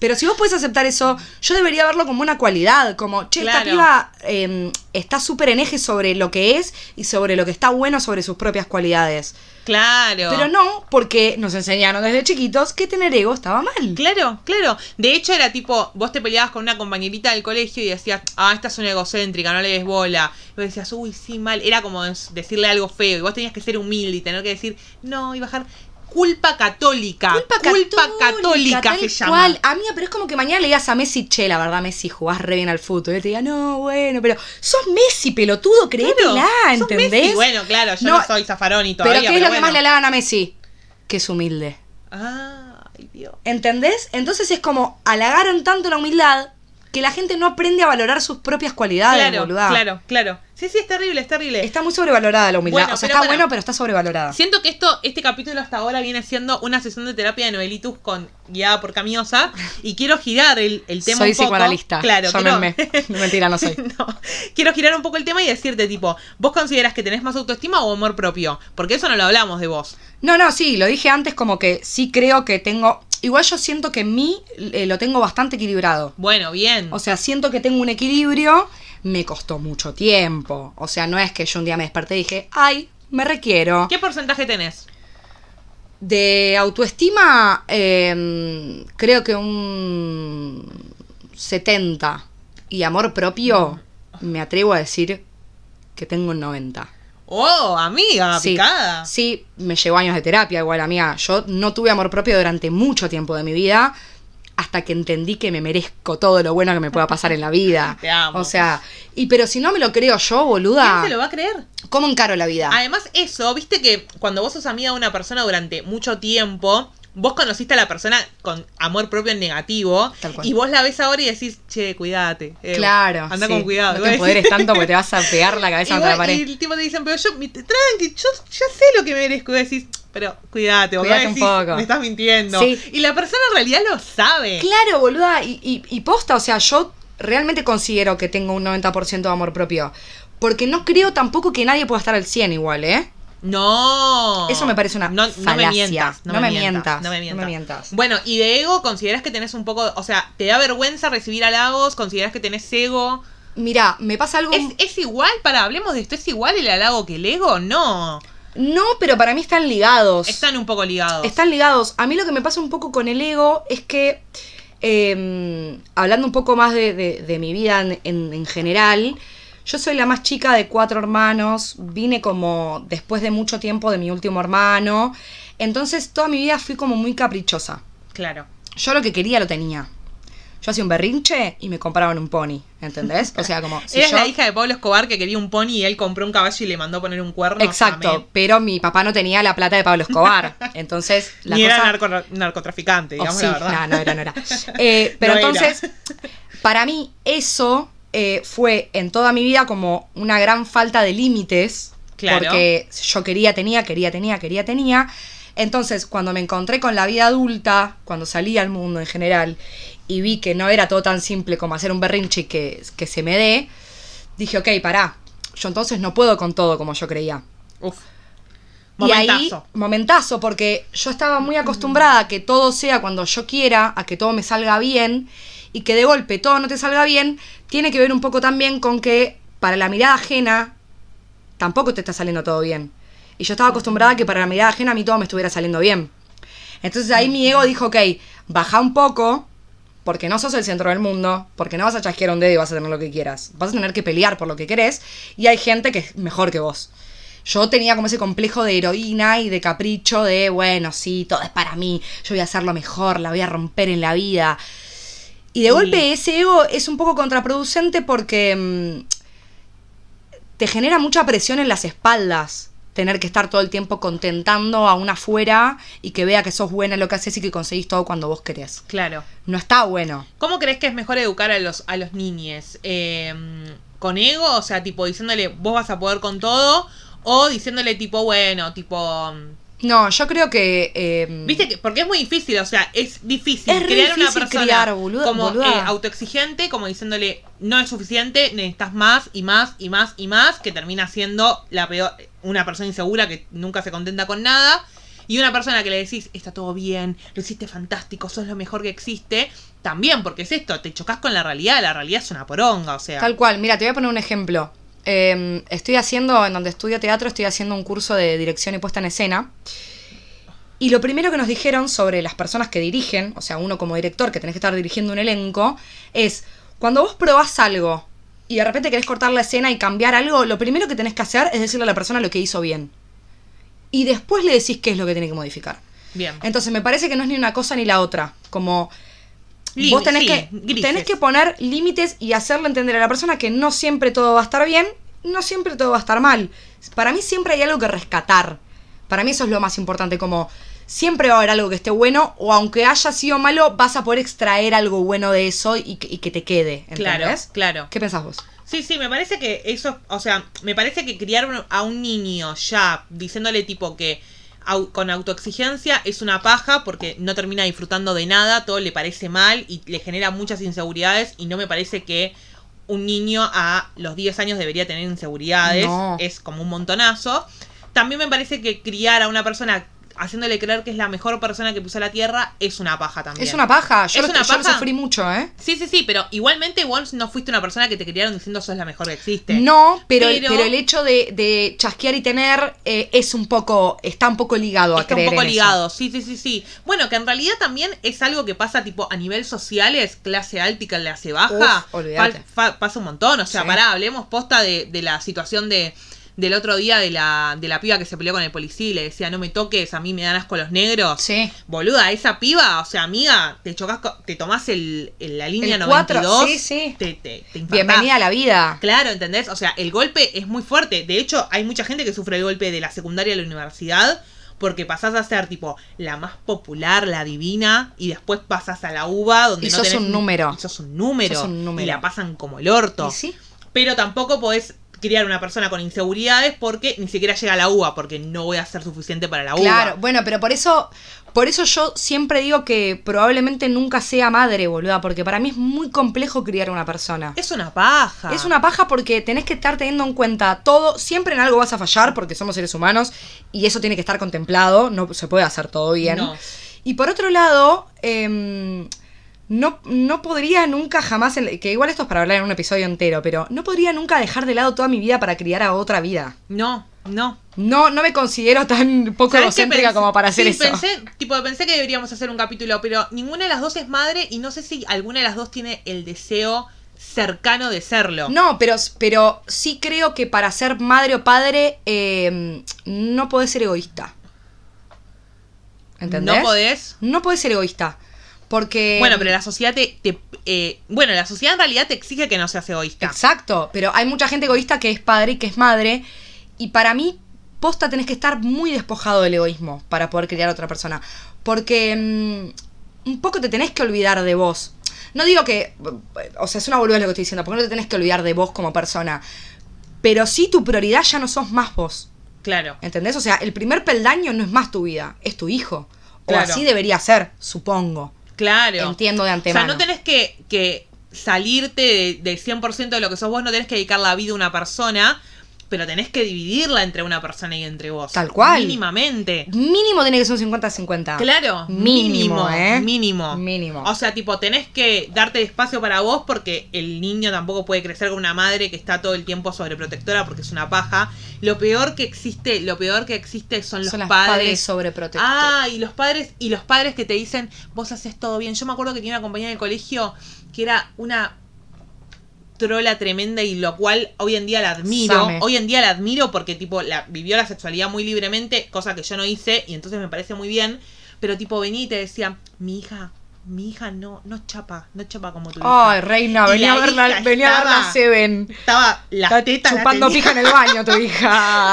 S2: Pero si vos puedes aceptar eso, yo debería verlo como una cualidad, como, che,
S1: Claro.
S2: esta piba eh, está súper en eje sobre lo que es y sobre lo que está bueno sobre sus propias cualidades.
S1: Claro.
S2: Pero no, porque nos enseñaron desde chiquitos que tener ego estaba mal.
S1: Claro, claro. De hecho, era tipo, vos te peleabas con una compañerita del colegio y decías, ah, esta es una egocéntrica, no le des bola. Y vos decías, uy, sí, mal. Era como des- decirle algo feo. Y vos tenías que ser humilde y tener que decir, no, y bajar. Culpa católica. católica,
S2: tal
S1: se llama.
S2: cual. Amiga, pero es como que mañana le digas a Messi, che, la verdad, Messi, jugás re bien al fútbol. Y él te diga, no, bueno, pero sos Messi, pelotudo,
S1: Claro,
S2: créetela,
S1: sos
S2: ¿entendés?
S1: Messi. Bueno, claro, yo no,
S2: No,
S1: soy Zafaroni
S2: pero
S1: todavía.
S2: ¿qué es lo que más le
S1: bueno.
S2: alaban a Messi? Que es humilde.
S1: Ah, ay, Dios.
S2: ¿Entendés? Entonces es como halagaron tanto la humildad que la gente no aprende a valorar sus propias cualidades,
S1: Claro,
S2: boluda.
S1: claro, claro. Sí, sí, es terrible, es terrible.
S2: Está muy sobrevalorada la humildad.
S1: Bueno,
S2: o sea,
S1: pero
S2: está
S1: para-
S2: bueno, pero está sobrevalorada.
S1: Siento que esto, este capítulo hasta ahora viene siendo una sesión de terapia de novelitus con guiada por Camiosa y quiero girar el, el tema
S2: soy
S1: un poco.
S2: psicoanalista.
S1: Claro, quiero,
S2: Llámenme. Mentira, no soy.
S1: no, quiero girar un poco el tema y decirte tipo, ¿vos consideras que tenés más autoestima o amor propio? Porque eso no lo hablamos de vos.
S2: No, no, sí, lo dije antes como que sí creo que tengo... Igual yo siento que en mí eh, lo tengo bastante equilibrado.
S1: Bueno, bien.
S2: O sea, siento que tengo un equilibrio, me costó mucho tiempo. O sea, no es que yo un día me desperté y dije, ay, me requiero.
S1: ¿Qué porcentaje tenés?
S2: De autoestima, eh, creo que un 70. Y amor propio, me atrevo a decir que tengo un 90.
S1: Oh, amiga,
S2: Sí,
S1: picada.
S2: sí, me llevó años de terapia, igual amiga. Yo no tuve amor propio durante mucho tiempo de mi vida hasta que entendí que me merezco todo lo bueno que me pueda pasar en la vida.
S1: Te amo.
S2: O sea, y pero si no me lo creo yo, boluda,
S1: ¿Quién se lo va a creer?
S2: ¿cómo encaro la vida?
S1: Además, eso, viste que cuando vos sos amiga de una persona durante mucho tiempo, vos conociste a la persona con amor propio en negativo,
S2: Tal cual.
S1: y vos la ves ahora y decís, che, cuídate. eh,
S2: claro.
S1: Anda
S2: sí.
S1: con cuidado.
S2: No te empoderes tanto porque te vas a pegar la
S1: Y
S2: cabeza
S1: vos-
S2: contra la pared.
S1: y el tipo te dicen, pero yo, mi- tranqui, yo ya sé lo que merezco. Y decís, pero cuídate, vos
S2: Cuídate
S1: decís,
S2: un poco.
S1: me estás mintiendo.
S2: Sí.
S1: Y la persona en realidad lo sabe.
S2: Claro, boluda, y, y- y posta, o sea, yo realmente considero que tengo un 90% de amor propio. Porque no creo tampoco que nadie pueda estar al 100 igual, ¿eh?
S1: No.
S2: Eso me parece una
S1: no, No me
S2: falacia.
S1: mientas. No,
S2: No
S1: me
S2: me
S1: mientas.
S2: mientas, no me mientas.
S1: Bueno, y de ego, ¿consideras que tenés un poco. O sea, ¿te da vergüenza recibir halagos? ¿Consideras que tenés ego?
S2: Mira, me pasa algo...
S1: ¿Es, es igual? Para, hablemos de esto. ¿Es igual el halago que el ego? No.
S2: No, pero para mí están ligados.
S1: Están un poco ligados.
S2: Están ligados. A mí lo que me pasa un poco con el ego es que, eh, hablando un poco más de, de- de mi vida en, en- en general, yo soy la más chica de cuatro hermanos, vine como después de mucho tiempo de mi último hermano, entonces toda mi vida fui como muy caprichosa.
S1: Claro.
S2: Yo lo que quería lo tenía. Yo hacía un berrinche y me compraban un pony, ¿entendés? O sea, como... si
S1: Eres
S2: yo-
S1: la hija de Pablo Escobar que quería un pony y él compró un caballo y le mandó poner un cuerno.
S2: Exacto,
S1: Amén.
S2: pero mi papá no tenía la plata de Pablo Escobar. Entonces, la
S1: Ni
S2: cosa...
S1: era narco- narcotraficante,
S2: Oh,
S1: digamos
S2: sí,
S1: la verdad.
S2: No, no era, no era. Eh, pero
S1: No era.
S2: entonces, para mí, eso eh, fue en toda mi vida como una gran falta de límites.
S1: Claro.
S2: Porque yo quería, tenía, quería, tenía, quería, tenía. Entonces, cuando me encontré con la vida adulta, cuando salí al mundo en general y vi que no era todo tan simple como hacer un berrinche y que, que se me dé, dije, ok, pará. Yo entonces no puedo con todo como yo creía.
S1: Uf.
S2: Y ahí,
S1: Momentazo.
S2: momentazo, porque yo estaba muy acostumbrada a que todo sea cuando yo quiera, a que todo me salga bien, y que de golpe todo no te salga bien, tiene que ver un poco también con que para la mirada ajena tampoco te está saliendo todo bien. Y yo estaba acostumbrada a que para la mirada ajena a mí todo me estuviera saliendo bien. Entonces ahí mi ego dijo, ok, baja un poco, porque no sos el centro del mundo, porque no vas a chasquear un dedo y vas a tener lo que quieras. Vas a tener que pelear por lo que querés, y hay gente que es mejor que vos. Yo tenía como ese complejo de heroína y de capricho de, bueno, sí, todo es para mí, yo voy a hacer lo mejor, la voy a romper en la vida. Y de
S1: Y-
S2: golpe ese ego es un poco contraproducente porque mm, te genera mucha presión en las espaldas tener que estar todo el tiempo contentando a una afuera y que vea que sos buena en lo que haces y que conseguís todo cuando vos querés.
S1: Claro.
S2: No está bueno.
S1: ¿Cómo crees que es mejor educar a los, a los niñes? Eh, ¿Con ego? O sea, tipo diciéndole, vos vas a poder con todo. O diciéndole, tipo, bueno, tipo.
S2: No, yo creo que... eh,
S1: ¿Viste? Que, porque es muy difícil, o sea, es difícil
S2: Es re
S1: crear una
S2: difícil
S1: persona
S2: criar, boluda-
S1: como
S2: boluda.
S1: eh, autoexigente, como diciéndole, no es suficiente, necesitas más y más y más y más, que termina siendo la peor, una persona insegura que nunca se contenta con nada. Y una persona que le decís, está todo bien, lo hiciste fantástico, sos lo mejor que existe, también, porque es esto, te chocas con la realidad, la realidad es una poronga, o sea.
S2: Tal cual, mira, te voy a poner un ejemplo. Eh, estoy haciendo, en donde estudio teatro, estoy haciendo un curso de dirección y puesta en escena. Y lo primero que nos dijeron sobre las personas que dirigen, o sea, uno como director que tenés que estar dirigiendo un elenco, es cuando vos probás algo y de repente querés cortar la escena y cambiar algo, lo primero que tenés que hacer es decirle a la persona lo que hizo bien. Y después le decís qué es lo que tiene que modificar.
S1: bien.
S2: Entonces me parece que no es ni una cosa ni la otra. Como
S1: Límites,
S2: vos tenés,
S1: sí,
S2: que,
S1: grises.
S2: tenés que poner límites y hacerle entender a la persona que no siempre todo va a estar bien, no siempre todo va a estar mal. Para mí siempre hay algo que rescatar. Para mí eso es lo más importante, como siempre va a haber algo que esté bueno o aunque haya sido malo, vas a poder extraer algo bueno de eso y, que- y que te quede.
S1: Claro,
S2: ¿entendés?
S1: claro.
S2: ¿Qué pensás vos?
S1: Sí, sí, me parece que eso, es- o sea, me parece que criar un- a un niño ya diciéndole tipo que au- con autoexigencia es una paja porque no termina disfrutando de nada, todo le parece mal y le genera muchas inseguridades y no me parece que un niño a los 10 años debería tener inseguridades,
S2: No.
S1: es como un montonazo. También me parece que criar a una persona haciéndole creer que es la mejor persona que puso la tierra es una paja también.
S2: Es una paja, yo,
S1: ¿Es
S2: lo,
S1: una
S2: yo lo
S1: paja?
S2: sufrí mucho, ¿eh?
S1: Sí, sí, sí, pero igualmente vos no fuiste una persona que te criaron diciendo sos la mejor que existe.
S2: No, pero,
S1: Pero-
S2: pero el hecho de, de chasquear y tener eh, es un poco, está un poco ligado a
S1: Está un
S2: creer
S1: poco
S2: en eso.
S1: ligado, sí, sí, sí, sí. Bueno, que en realidad también es algo que pasa tipo a nivel sociales, clase alta y clase baja.
S2: Uf, olvídate.
S1: Fa- fa- pasa un montón, o sea,
S2: Sí.
S1: pará, hablemos posta de, de la situación de del otro día de la, de la piba que se peleó con el policía y le decía, no me toques, a mí me dan asco los negros.
S2: Sí.
S1: Boluda, esa piba, o sea, amiga, te chocas, co- te tomás el, el- la línea
S2: El cuatro,
S1: 92.
S2: sí, sí.
S1: Te, te, te infartás.
S2: Bienvenida a la vida.
S1: Claro, ¿entendés? O sea, el golpe es muy fuerte. De hecho, hay mucha gente que sufre el golpe de la secundaria a la universidad porque pasás a ser tipo la más popular, la divina, y después pasás a la uva donde
S2: Y
S1: no
S2: sos
S1: tenés
S2: un
S1: ni-
S2: número.
S1: y sos un número.
S2: Sos un número.
S1: Y la pasan como el orto.
S2: ¿Y sí?
S1: Pero tampoco podés criar una persona con inseguridades porque ni siquiera llega a la uva, porque no voy a ser suficiente para la uva.
S2: Claro, bueno, pero por eso, por eso yo siempre digo que probablemente nunca sea madre, boluda, porque para mí es muy complejo criar a una persona.
S1: Es una paja.
S2: Es una paja porque tenés que estar teniendo en cuenta todo, siempre en algo vas a fallar porque somos seres humanos y eso tiene que estar contemplado, no se puede hacer todo bien.
S1: No.
S2: Y por otro lado, em, no, no podría nunca jamás, en- que igual esto es para hablar en un episodio entero, pero no podría nunca dejar de lado toda mi vida para criar a otra vida.
S1: No, no.
S2: No, no me considero tan poco
S1: ¿Sabés qué
S2: egocéntrica
S1: pensé?
S2: como para hacer
S1: Sí,
S2: eso.
S1: Pensé, tipo, pensé que deberíamos hacer un capítulo, pero ninguna de las dos es madre y no sé si alguna de las dos tiene el deseo cercano de serlo.
S2: No, pero, pero sí creo que para ser madre o padre eh, no podés ser egoísta. ¿Entendés? Eh,
S1: ¿No podés.
S2: No podés ser egoísta. Porque.
S1: Bueno, pero la sociedad te. te- eh, bueno, la sociedad en realidad te exige que no seas egoísta.
S2: Exacto, pero hay mucha gente egoísta que es padre y que es madre. Y para mí, posta, tenés que estar muy despojado del egoísmo para poder criar a otra persona. Porque mm, un poco te tenés que olvidar de vos. No digo que. O sea, es una boludez lo que estoy diciendo, porque no te tenés que olvidar de vos como persona. Pero sí tu prioridad ya no sos más vos.
S1: Claro.
S2: ¿Entendés? O sea, el primer peldaño no es más tu vida, es tu hijo. O
S1: Claro.
S2: así debería ser, supongo.
S1: Claro.
S2: Entiendo de antemano.
S1: O sea, no tenés que, que salirte de- del 100% de lo que sos vos, no tenés que dedicar la vida a una persona, pero tenés que dividirla entre una persona y entre vos.
S2: Tal cual.
S1: Mínimamente.
S2: Mínimo tiene que ser un 50-50.
S1: Claro.
S2: Mínimo, ¿eh?
S1: Mínimo.
S2: Mínimo.
S1: O sea, tipo, tenés que darte espacio para vos porque el niño tampoco puede crecer con una madre que está todo el tiempo sobreprotectora porque es una paja. Lo peor que existe, lo peor que existe son los
S2: Son las padres,
S1: padres.
S2: sobreprotectores.
S1: Ah, y los padres, y los padres que te dicen, vos haces todo bien. Yo me acuerdo que tenía una compañera en el colegio que era una trola tremenda y lo cual hoy en día la admiro.
S2: Same.
S1: Hoy en día la admiro porque tipo la vivió la sexualidad muy libremente, cosa que yo no hice y entonces me parece muy bien, pero tipo venía y te decía, "Mi hija, mi hija no no chapa, no chapa como tu
S2: Ay,
S1: hija."
S2: reina,
S1: Y
S2: venía a
S1: la
S2: ver la,
S1: hija
S2: venía a ver la
S1: estaba-
S2: Seven.
S1: Estaba las
S2: Está
S1: tetas la
S2: chupando
S1: tenía-
S2: pija en el baño tu hija,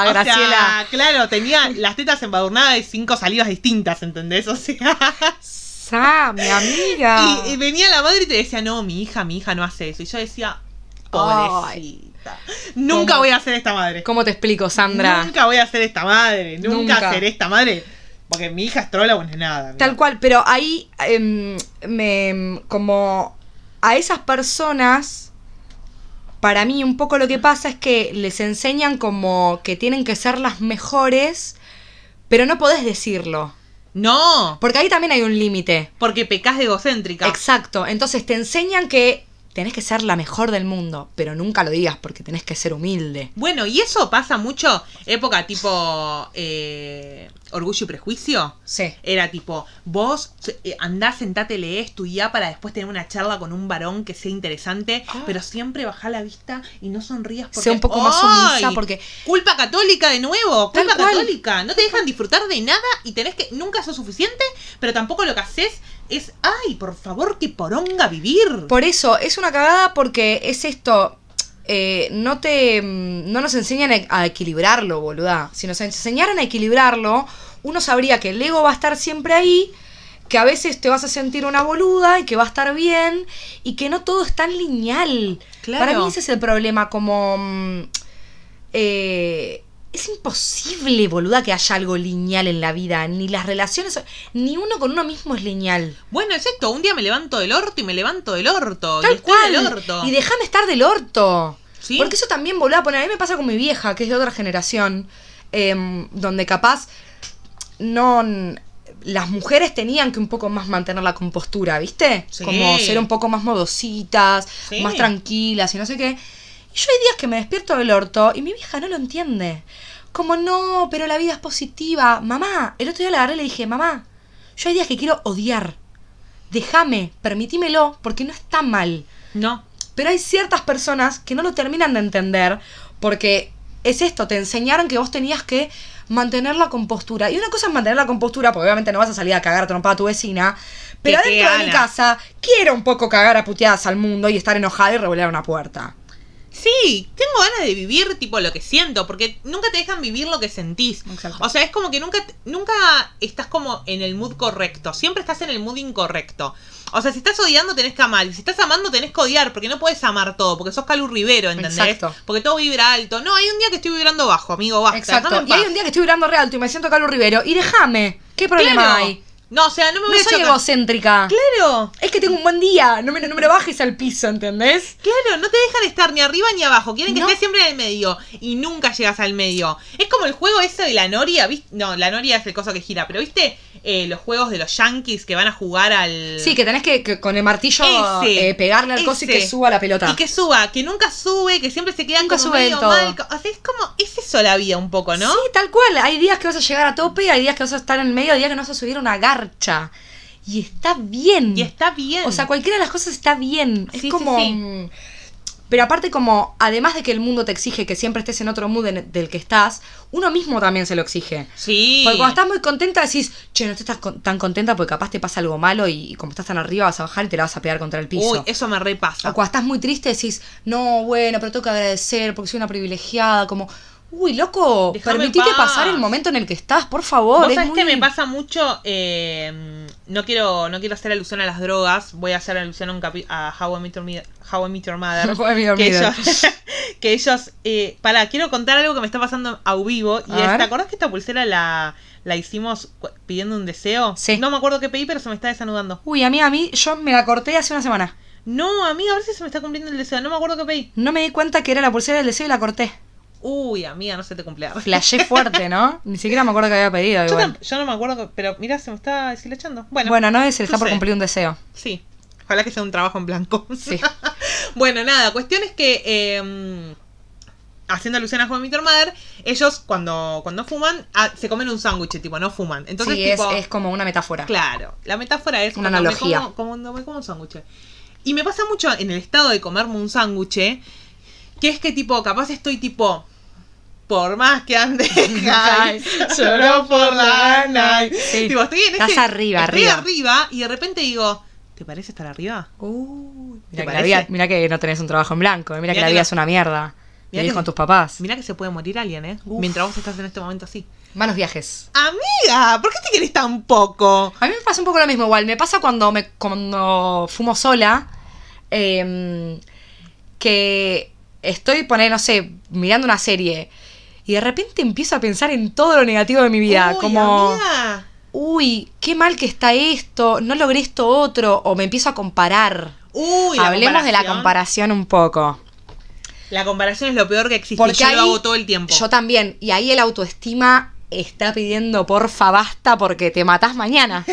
S1: o sea,
S2: Graciela.
S1: claro, tenía las tetas embadurnadas de cinco salidas distintas, ¿entendés? O sea,
S2: Sa, mi amiga.
S1: Y, y venía la madre y te decía, no, mi hija, mi hija no hace eso. Y yo decía, pobrecita. Nunca
S2: ¿Cómo?
S1: voy a ser esta madre.
S2: ¿Cómo te explico, Sandra?
S1: Nunca voy a ser esta madre. Nunca,
S2: Nunca.
S1: seré esta madre. Porque mi hija es trola, bueno, es nada.
S2: Tal cual, pero ahí em, me como a esas personas para mí un poco lo que pasa es que les enseñan como que tienen que ser las mejores, Pero no podés decirlo.
S1: No,
S2: Porque ahí también hay un límite.
S1: porque pecas de egocéntrica.
S2: Exacto. Entonces te enseñan que tenés que ser la mejor del mundo, pero nunca lo digas porque tenés que ser humilde.
S1: Bueno, y eso pasa mucho, época tipo eh, Orgullo y Prejuicio.
S2: Sí.
S1: Era tipo, vos eh, andá, sentate, lee, estudiá para después tener una charla con un varón que sea interesante,
S2: Ah.
S1: pero siempre bajá la vista y no sonrías porque...
S2: Sea un poco más sumisa
S1: ¡Ay!
S2: porque-
S1: Culpa católica de nuevo,
S2: Tal
S1: culpa
S2: cual.
S1: católica. No te dejan disfrutar de nada y tenés que... Nunca sos suficiente, pero tampoco lo que haces es, ay, por favor, que poronga vivir.
S2: Por eso, es una cagada porque es esto. eh, no te. mm, No nos enseñan a- a equilibrarlo, boluda. Si nos enseñaran a equilibrarlo, uno sabría que el ego va a estar siempre ahí, que a veces te vas a sentir una boluda y que va a estar bien y que no todo es tan lineal.
S1: Claro.
S2: Para mí ese es el problema, como. mm, eh, es imposible, boluda, que haya algo lineal en la vida. Ni las relaciones. Ni uno con uno mismo es lineal.
S1: Bueno, es esto, un día me levanto del orto y me levanto del orto. y
S2: Tal
S1: estoy
S2: cual.
S1: del orto.
S2: Y déjame estar del orto.
S1: Sí.
S2: Porque eso también, boludo, a poner. A mí me pasa con mi vieja, que es de otra generación, em, donde capaz no. Las mujeres tenían que un poco más mantener la compostura, ¿viste?
S1: Sí.
S2: Como ser un poco más modositas,
S1: Sí.
S2: más tranquilas y no sé qué. Y yo hay días que me despierto del orto y mi vieja no lo entiende. Como no, pero la vida es positiva. Mamá, el otro día la agarré y le dije, mamá, yo hay días que quiero odiar. Déjame, permitímelo, porque no está mal.
S1: No.
S2: Pero hay ciertas personas que no lo terminan de entender porque es esto, te enseñaron que vos tenías que mantener la compostura. Y una cosa es mantener la compostura, porque obviamente no vas a salir a cagar a trompada a tu vecina, pero
S1: Que
S2: adentro de mi
S1: gana.
S2: casa quiero un poco cagar a puteadas al mundo y estar enojada y revolear una puerta.
S1: Sí, tengo ganas de vivir tipo lo que siento, porque nunca te dejan vivir lo que sentís.
S2: Exacto.
S1: O sea, es como que nunca, nunca estás como en el mood correcto, siempre estás en el mood incorrecto. O sea, si estás odiando tenés que amar, y si estás amando tenés que odiar, porque no puedes amar todo, porque sos Calu Rivero, ¿entendés?
S2: Exacto.
S1: Porque todo vibra alto. No, hay un día que estoy vibrando bajo, amigo, basta. déjame
S2: Exacto.
S1: en
S2: Y hay
S1: paz.
S2: un día que estoy vibrando re alto y me siento Carlos Rivero y déjame. ¿Qué problema
S1: Claro.
S2: hay?
S1: No, o sea, no me
S2: No
S1: voy a
S2: soy
S1: chocar.
S2: egocéntrica.
S1: Claro,
S2: Es que tengo un buen día, no me, no me lo bajes al piso, ¿entendés?
S1: claro, no te dejan estar ni arriba ni abajo, quieren que
S2: No.
S1: estés siempre en el medio y nunca llegas al medio. Es como el juego ese de la noria, ¿viste? No, la noria es el coso que gira, pero ¿viste eh, los juegos de los yankees que van a jugar al...
S2: Sí, que tenés que, que con el martillo
S1: Ese,
S2: eh, pegarle al coso y
S1: ese.
S2: que suba la pelota.
S1: Y que suba, que nunca sube, que siempre se quedan
S2: Nunca
S1: como
S2: sube del
S1: medio
S2: todo.
S1: mal. O sea, es como, es eso la vida un poco, ¿no?
S2: Sí, tal cual. Hay días que vas a llegar a tope, hay días que vas a estar en el medio, hay días que no vas a subir una garcha. Y está bien.
S1: Y está bien.
S2: O sea, cualquiera de las cosas está bien.
S1: Sí, sí,
S2: es como.
S1: sí.
S2: mm, Pero aparte, como, además de que el mundo te exige que siempre estés en otro mood en- del que estás, uno mismo también se lo exige.
S1: Sí.
S2: Porque cuando estás muy contenta decís, che, no estás con- tan contenta porque capaz te pasa algo malo y, y como estás tan arriba vas a bajar y te la vas a pegar contra el piso.
S1: Uy, eso me
S2: O
S1: repasa.
S2: cuando estás muy triste decís, no, bueno, pero tengo que agradecer porque soy una privilegiada, como, uy, loco,
S1: Dejame
S2: permitite
S1: en paz.
S2: pasar el momento en el que estás, por favor.
S1: Vos
S2: es
S1: sabés
S2: muy-
S1: que me pasa mucho, eh, no quiero no quiero hacer alusión a las drogas, voy a hacer alusión a, un capi- a How, I Met Your Mi- How I Met Your Mother.
S2: How I Met Your
S1: que
S2: Mother.
S1: ellos, que ellos eh, pará, quiero contar algo que me está pasando a vivo. Y
S2: A
S1: es,
S2: ver.
S1: ¿te acordás que esta pulsera la, la hicimos cu- pidiendo un deseo?
S2: Sí.
S1: No me acuerdo qué pedí, pero se me está desanudando.
S2: Uy, a mí, a mí, yo me la corté hace una semana.
S1: No, amiga, a ver si se me está cumpliendo el deseo. No me acuerdo qué pedí.
S2: No me di cuenta que era la pulsera del deseo y la corté.
S1: Uy, amiga, no se te cumple.
S2: Flashé fuerte, ¿no? Ni siquiera me acuerdo que había pedido.
S1: Yo,
S2: Igual.
S1: tam- yo no me acuerdo, que- pero mira, se me está deshilachando. Bueno,
S2: Bueno, no es, se le está por
S1: sé.
S2: cumplir un deseo.
S1: Sí. Ojalá que sea un trabajo en blanco.
S2: Sí.
S1: bueno, nada, cuestión es que. eh, Haciendo alusión a How I Met Your Mother, ellos cuando, cuando fuman ah, se comen un sándwich, tipo, no fuman. Entonces,
S2: sí, es,
S1: tipo,
S2: es como una metáfora.
S1: Claro, la metáfora es
S2: Una
S1: cuando me
S2: analogía.
S1: como- como- cuando me como un sándwich. Y me pasa mucho en el estado de comerme un sándwich, que es que tipo, capaz estoy tipo, por más que ande, high, lloro por la night.
S2: Sí.
S1: Tipo, estoy en
S2: Estás
S1: ese-
S2: arriba,
S1: estoy
S2: arriba.
S1: arriba y de repente digo, ¿te parece estar arriba?
S2: Uy,
S1: ¿Te
S2: mira, que la
S1: parece?
S2: vida- mira que no tenés un trabajo en blanco, mira
S1: Mirá
S2: que la
S1: que
S2: vida
S1: no.
S2: es una mierda.
S1: Mirá
S2: Vivís
S1: que-
S2: con tus papás.
S1: Mirá que se puede morir alguien, ¿eh?
S2: Uf.
S1: Mientras vos estás en este momento así.
S2: Malos viajes.
S1: Amiga, ¿por qué te querés tan poco?
S2: A mí me pasa un poco lo mismo igual. Me pasa cuando me cuando fumo sola em, que estoy, poner, no sé, mirando una serie y de repente empiezo a pensar en todo lo negativo de mi vida.
S1: Uy,
S2: como,
S1: amiga.
S2: uy, qué mal que está esto, no logré esto otro, o me empiezo a comparar.
S1: Uy, la
S2: Hablemos de la comparación un poco.
S1: La comparación es lo peor que existe.
S2: Porque
S1: yo
S2: ahí-
S1: lo hago todo el tiempo.
S2: Yo también. Y ahí el autoestima está pidiendo porfa basta porque te matás mañana.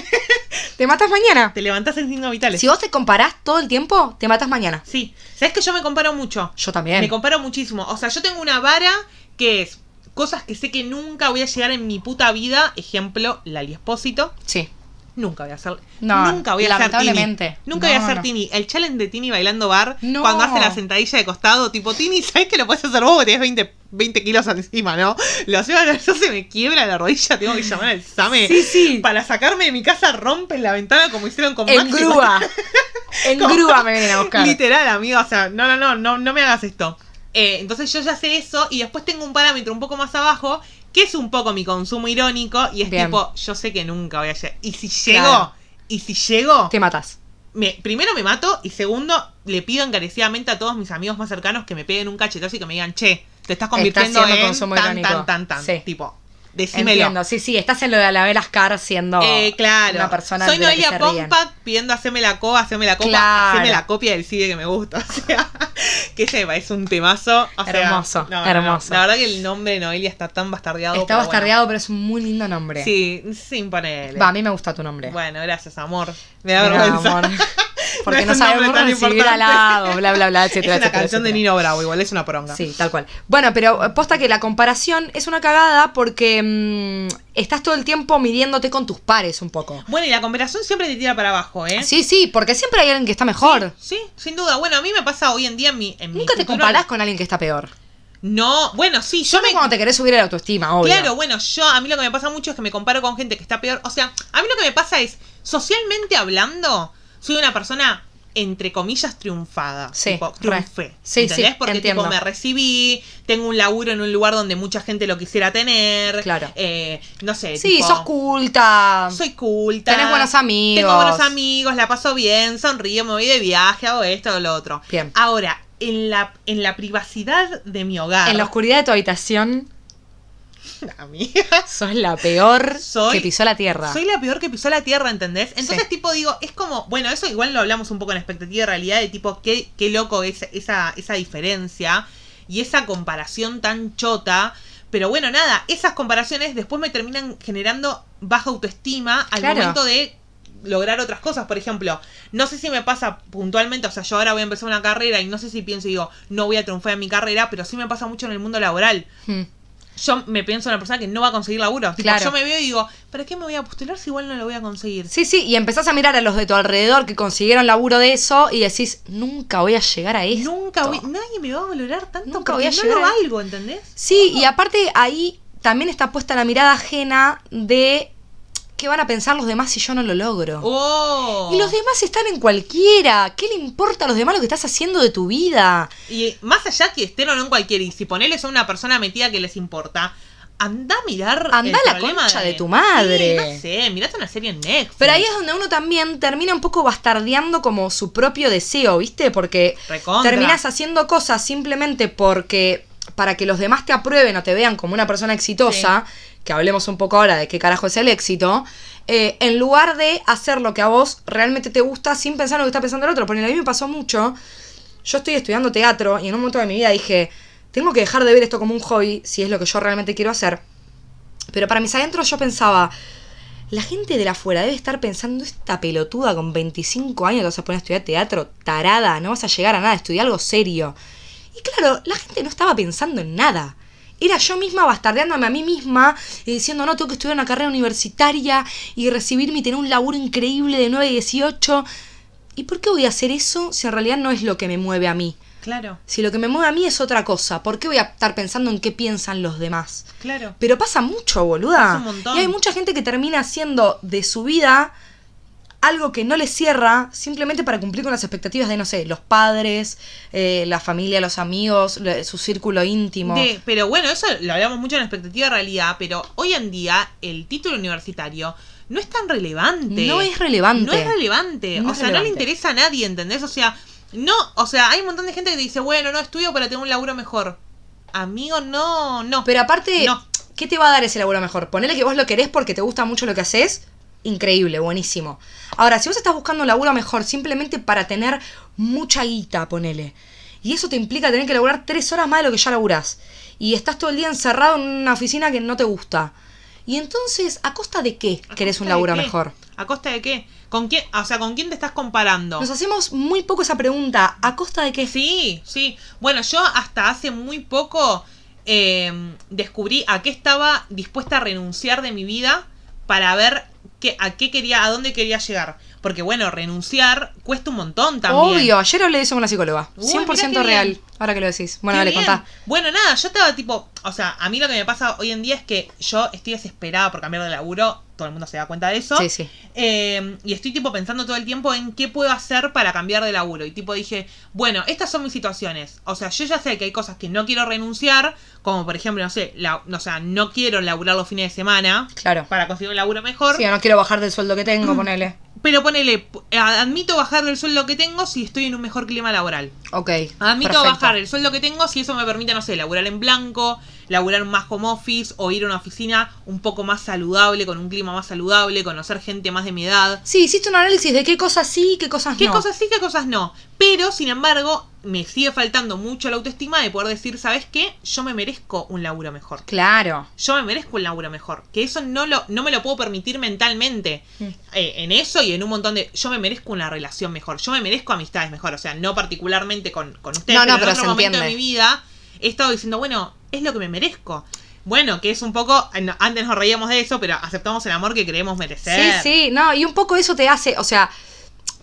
S2: te matas mañana.
S1: Te levantás en signos vitales.
S2: Si vos te comparás todo el tiempo, te matas mañana.
S1: Sí. ¿Sabes que yo me comparo mucho?
S2: Yo también.
S1: Me comparo muchísimo. O sea, yo tengo una vara que es cosas que sé que nunca voy a llegar en mi puta vida. Ejemplo, Lali Espósito.
S2: sí.
S1: Nunca voy a hacer.
S2: No,
S1: nunca voy a hacer
S2: lamentablemente.
S1: Tini. Nunca voy a
S2: No,
S1: hacer
S2: no.
S1: Tini. El challenge de Tini bailando bar,
S2: No.
S1: cuando hace la sentadilla de costado, tipo Tini, ¿sabes que lo puedes hacer vos? Porque tenés 20, 20 kilos encima, ¿no? Lo hacía yo se me quiebra la rodilla, tengo que llamar al SAME.
S2: Sí, sí.
S1: Para sacarme de mi casa rompen la ventana como hicieron con
S2: En
S1: Maxi.
S2: grúa. en
S1: Como-
S2: grúa me vienen a buscar.
S1: Literal, amiga. O sea, no, no, no, no, no me hagas esto. Eh, entonces yo ya sé eso y después tengo un parámetro un poco más abajo que es un poco mi consumo irónico y es
S2: Bien.
S1: tipo, yo sé que nunca voy a llegar. Y si llego,
S2: Claro.
S1: y si llego,
S2: Te matas.
S1: me, primero me mato y segundo le pido encarecidamente a todos mis amigos más cercanos que me peguen un cachetazo y que me digan, che, te estás convirtiendo
S2: haciendo
S1: en
S2: consumo
S1: tan,
S2: irónico.
S1: tan, tan, tan.
S2: Sí.
S1: Tipo, decímelo.
S2: Entiendo. Sí, sí, estás en lo de Alabelas Car siendo
S1: Eh, claro.
S2: una persona
S1: Soy
S2: de la que
S1: Noelia
S2: se ríen.
S1: Pompa pidiendo haceme la copa, haceme la copa,
S2: Claro.
S1: haceme la copia del CIDE que me gusta. O sea, que se es un temazo. o sea,
S2: Hermoso,
S1: no, no,
S2: hermoso.
S1: no. La verdad que el nombre de Noelia está tan bastardeado.
S2: Está
S1: pero bueno.
S2: bastardeado, pero es un muy lindo nombre.
S1: Sí, sin ponerle.
S2: Va, a mí me gusta tu nombre.
S1: Bueno, gracias, amor. Me da
S2: Mira,
S1: vergüenza.
S2: amor. Porque
S1: es
S2: no,
S1: un
S2: sabemos
S1: nombre tan
S2: recibir
S1: importante.
S2: alado, bla, bla, bla, etcétera,
S1: es una
S2: etcétera,
S1: canción de
S2: etcétera.
S1: Nino Bravo, igual es una poronga.
S2: Sí, tal cual. Bueno, pero eh, posta que la comparación es una cagada porque mm, estás todo el tiempo midiéndote con tus pares un poco.
S1: Bueno, y la comparación siempre te tira para abajo, ¿eh?
S2: Ah, Sí, sí, porque siempre hay alguien que está mejor.
S1: Sí, sin duda. Bueno, a mí me pasa hoy en día en mi. en mi
S2: Nunca te
S1: futuro-
S2: comparás con alguien que está peor.
S1: No, bueno, sí, yo
S2: Solo
S1: me
S2: cuando te querés subir a la autoestima, obvio.
S1: Claro, bueno, yo a mí lo que me pasa mucho es que me comparo con gente que está peor. O sea, a mí lo que me pasa es, socialmente hablando, soy una persona entre comillas triunfada.
S2: Sí,
S1: Tipo,
S2: re.
S1: triunfé.
S2: Sí,
S1: ¿entendés?
S2: sí,
S1: Porque
S2: entiendo.
S1: tipo me recibí, tengo un laburo en un lugar donde mucha gente lo quisiera tener.
S2: Claro.
S1: Eh, no sé,
S2: Sí,
S1: tipo,
S2: sos culta.
S1: soy culta.
S2: Tenés buenos amigos.
S1: Tengo buenos amigos, la paso bien, sonrío, me voy de viaje, hago esto o lo otro.
S2: Bien.
S1: Ahora, en la, en la privacidad de mi hogar.
S2: En la oscuridad de tu habitación,
S1: Amiga.
S2: sos la peor
S1: Soy-
S2: que pisó la tierra.
S1: Soy la peor que pisó la tierra, ¿entendés? Entonces,
S2: Sí.
S1: tipo, digo, es como, bueno, eso igual lo hablamos un poco en expectativa de realidad, de tipo, qué, qué loco es esa, esa diferencia y esa comparación tan chota. Pero bueno, nada, esas comparaciones después me terminan generando baja autoestima al
S2: Claro.
S1: momento de lograr otras cosas. Por ejemplo, no sé si me pasa puntualmente, o sea, yo ahora voy a empezar una carrera y no sé si pienso y digo, no voy a triunfar en mi carrera, pero sí me pasa mucho en el mundo laboral
S2: Mm.
S1: yo me pienso en una persona que no va a conseguir laburo. Tipo,
S2: Claro.
S1: yo me veo y digo, ¿para qué me voy a postular si igual no lo voy a conseguir?
S2: Sí, sí, y empezás a mirar a los de tu alrededor que consiguieron laburo de eso y decís, nunca voy a llegar a eso.
S1: Nunca voy, nadie me va a valorar tanto
S2: Nunca
S1: porque
S2: voy a
S1: no
S2: llegar
S1: lo
S2: a-
S1: valgo, ¿entendés?
S2: Sí, y aparte ahí también está puesta la mirada ajena de qué van a pensar los demás si yo no lo logro.
S1: Oh.
S2: Y los demás están en cualquiera. ¿Qué le importa a los demás lo que estás haciendo de tu vida?
S1: Y más allá que estén o no en cualquier, y si poneles a una persona metida que les importa, anda a mirar.
S2: Andá a la concha de tu madre.
S1: Sí, no sé, mirate una serie en Netflix.
S2: Pero ahí es donde uno también termina un poco bastardeando como su propio deseo, ¿viste? Porque
S1: Recontra.
S2: terminas haciendo cosas simplemente porque para que los demás te aprueben o te vean como una persona exitosa, que hablemos un poco ahora de qué carajo es el éxito, eh, en lugar de hacer lo que a vos realmente te gusta sin pensar en lo que está pensando el otro. Porque a mí me pasó mucho, yo estoy estudiando teatro y en un momento de mi vida dije, tengo que dejar de ver esto como un hobby si es lo que yo realmente quiero hacer. Pero para mis adentros yo pensaba, la gente de la afuera debe estar pensando, esta pelotuda con 25 años te vas a poner a estudiar teatro, tarada, no vas a llegar a nada, estudia algo serio. Y claro, la gente no estaba pensando en nada. Era yo misma bastardeándome a mí misma y diciendo, no, tengo que estudiar una carrera universitaria y recibirme y tener un laburo increíble de 9 y 18. ¿Y por qué voy a hacer eso si en realidad no es lo que me mueve a mí?
S1: Claro,
S2: Si lo que me mueve a mí es otra cosa, ¿por qué voy a estar pensando en qué piensan los demás?
S1: claro.
S2: Pero pasa mucho, boluda.
S1: Pasa un montón.
S2: Y hay mucha gente que termina haciendo de su vida algo que no le cierra simplemente para cumplir con las expectativas de, no sé, los padres, eh, la familia, los amigos, lo- su círculo íntimo.
S1: De- pero bueno, eso lo hablamos mucho en expectativa de realidad, pero hoy en día el título universitario no es tan relevante.
S2: No es relevante.
S1: No es relevante.
S2: No
S1: o
S2: es
S1: sea, no le
S2: relevante.
S1: interesa a nadie, ¿entendés? O sea, no, o sea, hay un montón de gente que dice, bueno, no estudio para tener un laburo mejor. Amigo, no, no.
S2: Pero aparte,
S1: No.
S2: ¿qué te va a dar ese laburo mejor? Ponele que vos lo querés porque te gusta mucho lo que haces. Increíble, buenísimo. Ahora, si vos estás buscando un laburo mejor simplemente para tener mucha guita, ponele. Y eso te implica tener que laburar tres horas más de lo que ya laburás. Y estás todo el día encerrado en una oficina que no te gusta. Y entonces, ¿a costa de qué
S1: ¿A
S2: querés un
S1: costa de
S2: laburo
S1: qué?
S2: mejor?
S1: ¿A costa de qué? ¿Con quién? O sea, ¿con quién te estás comparando?
S2: Nos hacemos muy poco esa pregunta. ¿A costa de qué?
S1: Sí, sí. Bueno, yo hasta hace muy poco eh, descubrí a qué estaba dispuesta a renunciar de mi vida para ver qué, a qué quería, a dónde quería llegar. Porque bueno, renunciar cuesta un montón también.
S2: Obvio, ayer hablé de eso con la psicóloga.
S1: Uy,
S2: 100%
S1: mirá qué
S2: real.
S1: bien.
S2: Ahora que lo decís. Bueno,
S1: Qué
S2: dale,
S1: bien.
S2: contá.
S1: Bueno, nada, yo estaba tipo, o sea, a mí lo que me pasa hoy en día es que yo estoy desesperada por cambiar de laburo, todo el mundo se da cuenta de eso.
S2: Sí, sí.
S1: Eh, y estoy tipo pensando todo el tiempo en qué puedo hacer para cambiar de laburo. Y tipo dije, bueno, estas son mis situaciones. O sea, yo ya sé que hay cosas que no quiero renunciar, como por ejemplo, no sé, la, o sea, no quiero laburar los fines de semana
S2: Claro.
S1: para conseguir un laburo mejor.
S2: Sí, no quiero bajar del sueldo que tengo, ponele.
S1: Pero ponele, p- admito bajar el sueldo que tengo si estoy en un mejor clima laboral.
S2: Ok.
S1: Admito
S2: perfecto.
S1: bajar el sueldo que tengo si eso me permite, no sé, laburar en blanco, laburar más home office o ir a una oficina un poco más saludable, con un clima más saludable, conocer gente más de mi edad.
S2: Sí, hiciste un análisis de qué cosas sí y qué cosas
S1: ¿Qué
S2: no.
S1: cosas sí, qué cosas no? Pero, sin embargo, me sigue faltando mucho la autoestima de poder decir, ¿sabes qué? Yo me merezco un laburo mejor.
S2: Claro.
S1: Yo me merezco un laburo mejor. Que eso no, lo, no me lo puedo permitir mentalmente.
S2: Mm.
S1: Eh, en eso y en un montón de... Yo me merezco una relación mejor. Yo me merezco amistades mejor. O sea, no particularmente con, con ustedes,
S2: No, no,
S1: pero,
S2: pero
S1: en otro
S2: se
S1: momento de
S2: entiende.
S1: mi vida he estado diciendo, bueno, es lo que me merezco. Bueno, que es un poco... eh, no, Antes nos reíamos de eso, pero aceptamos el amor que creemos
S2: Sí,
S1: merecer.
S2: sí, no, y un poco eso te hace, o sea,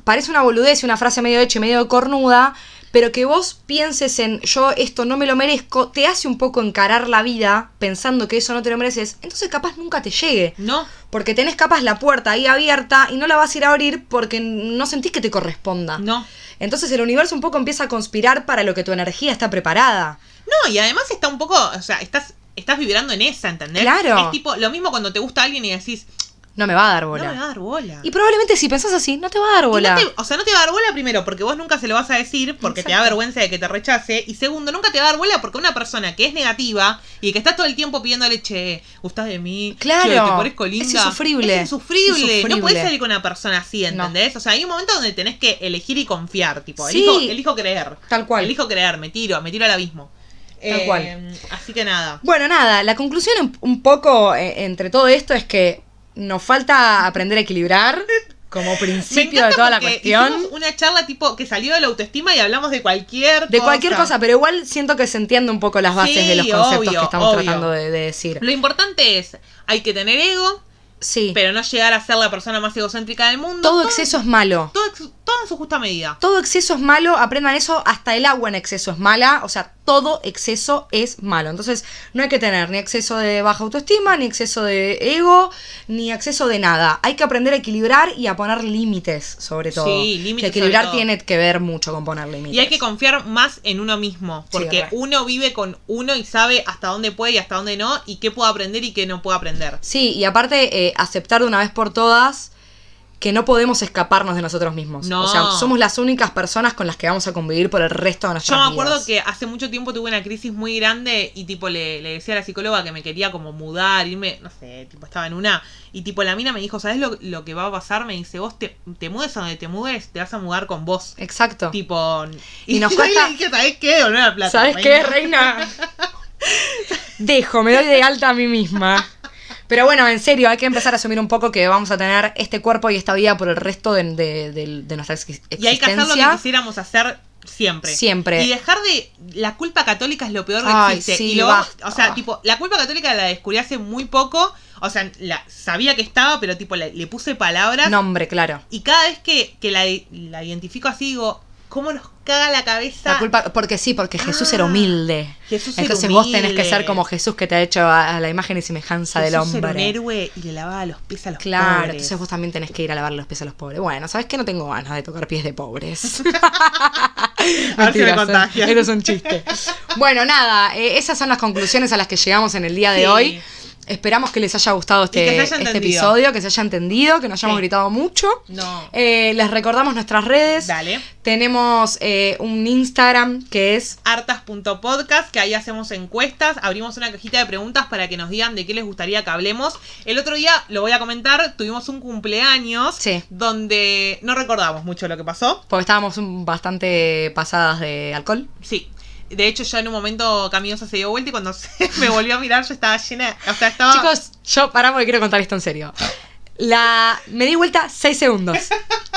S2: parece una boludez y una frase medio hecha y medio cornuda, pero que vos pienses en yo esto no me lo merezco, te hace un poco encarar la vida pensando que eso no te lo mereces, entonces capaz nunca te llegue,
S1: ¿No?
S2: porque tenés capaz la puerta ahí abierta y no la vas a ir a abrir porque no sentís que te corresponda.
S1: No.
S2: Entonces el universo un poco empieza a conspirar para lo que tu energía está preparada.
S1: No, y además está un poco, o sea, estás, estás vibrando en esa, ¿entendés?
S2: Claro.
S1: Es tipo, lo mismo cuando te gusta alguien y decís,
S2: No me va a dar
S1: no
S2: bola.
S1: me va a dar bola.
S2: Y probablemente si pensás así, no te va a dar
S1: Y no
S2: bola.
S1: te- o sea, no te va a dar bola primero porque vos nunca se lo vas a decir porque te da
S2: Exacto.
S1: vergüenza de que te rechace. Y segundo, nunca te va a dar bola porque una persona que es negativa y que está todo el tiempo pidiéndole, che, gustás de mí,
S2: Claro.
S1: che, te parezco
S2: Es
S1: linda.
S2: insufrible.
S1: Es insufrible.
S2: Es
S1: No
S2: insufrible.
S1: puedes salir con una persona así, ¿entendés? O sea, hay un momento donde tenés que elegir y confiar. Tipo,
S2: Sí.
S1: elijo, elijo creer.
S2: Tal cual.
S1: Elijo creer, me tiro, me tiro al abismo. Em,
S2: Tal cual.
S1: Así que nada.
S2: Bueno, nada, la conclusión un- un poco eh, entre todo esto es que nos falta aprender a equilibrar como
S1: Me
S2: principio
S1: encanta
S2: de toda la
S1: porque
S2: cuestión.
S1: hicimos una charla tipo que salió de la autoestima y hablamos de cualquier cosa.
S2: De cualquier cosa, pero igual siento que se entiende un poco las bases
S1: Sí,
S2: de los conceptos
S1: obvio,
S2: que estamos
S1: obvio.
S2: tratando de, de decir.
S1: Lo importante es, hay que tener ego,
S2: Sí,
S1: pero no llegar a ser la persona más egocéntrica del mundo.
S2: todo exceso es malo.
S1: Todo, ex- todo en su justa medida.
S2: Todo exceso es malo, aprendan eso, hasta el agua en exceso es mala, o sea, todo exceso es malo. Entonces, no hay que tener ni exceso de baja autoestima, ni exceso de ego, ni exceso de nada. Hay que aprender a equilibrar y a poner límites, sobre todo.
S1: Sí, límites
S2: Que equilibrar
S1: sobre todo.
S2: tiene que ver mucho con poner límites.
S1: Y hay que confiar más en uno mismo, porque
S2: re.
S1: uno vive con uno y sabe hasta dónde puede y hasta dónde no, y qué puede aprender y qué no puede aprender.
S2: Sí, y aparte, eh, aceptar de una vez por todas que no podemos escaparnos de nosotros mismos.
S1: No.
S2: O sea, somos las únicas personas con las que vamos a convivir por el resto de nuestras
S1: Yo me acuerdo
S2: vidas.
S1: que hace mucho tiempo tuve una crisis muy grande y tipo le, le decía a la psicóloga que me quería como mudar, irme, no sé, tipo estaba en una. Y tipo la mina me dijo, ¿sabes lo, lo que va a pasar? Me dice, vos te, te mudes a donde te mudes, te vas a mudar con vos.
S2: Exacto.
S1: Tipo...
S2: Y nos
S1: yo ahí
S2: cuesta-
S1: le dije, ¿sabes qué? Volver a la plata.
S2: ¿Sabes
S1: reina".
S2: qué, reina? Dejo, me doy de alta a mí misma. Pero bueno, en serio, hay que empezar a asumir un poco que vamos a tener este cuerpo y esta vida por el resto de, de- de- de nuestra ex- existencia.
S1: Y hay que hacer lo que quisiéramos hacer siempre.
S2: Siempre.
S1: Y dejar de. La culpa católica es lo peor que
S2: Ay,
S1: existe.
S2: sí,
S1: y lo
S2: basta.
S1: vamos- O sea, tipo, la culpa católica la descubrí hace muy poco. O sea, la, sabía que estaba, pero tipo, le, le puse palabras.
S2: Nombre, claro.
S1: Y cada vez que, que la, la identifico así, digo, ¿cómo nos caga la cabeza?
S2: La culpa, porque sí, porque Jesús era
S1: Ah,
S2: humilde.
S1: Jesús era
S2: Entonces vos tenés que ser
S1: humilde.
S2: como Jesús que te ha hecho a, a la imagen y semejanza del
S1: Jesús
S2: hombre.
S1: era un héroe y le lavaba los pies a los
S2: Claro,
S1: pobres.
S2: entonces vos también tenés que ir a lavar los pies a los pobres. Bueno, ¿sabes qué? No tengo ganas de tocar pies de pobres.
S1: me
S2: Mentira, son-
S1: contagian.
S2: Eso es un chiste. Bueno, nada, eh, esas son las conclusiones a las que llegamos en el día de
S1: Sí.
S2: hoy. Esperamos que les haya gustado
S1: que
S2: este,
S1: se haya
S2: este
S1: entendido.
S2: episodio, que se haya entendido, que no hayamos
S1: Sí.
S2: gritado mucho.
S1: No.
S2: Eh, les recordamos nuestras redes.
S1: Dale.
S2: Tenemos eh, un Instagram que es
S1: hartas.podcast, que ahí hacemos encuestas, abrimos una cajita de preguntas para que nos digan de qué les gustaría que hablemos. El otro día, lo voy a comentar, tuvimos un cumpleaños
S2: Sí.
S1: donde no recordamos mucho lo que pasó.
S2: Porque estábamos un- bastante pasadas de alcohol.
S1: Sí. De hecho, ya en un momento Camiosa se dio vuelta y cuando se me volvió a mirar yo estaba llena. O sea, estaba.
S2: Chicos, yo pará porque quiero contar esto en serio.
S1: Ah.
S2: La, me di vuelta 6 segundos.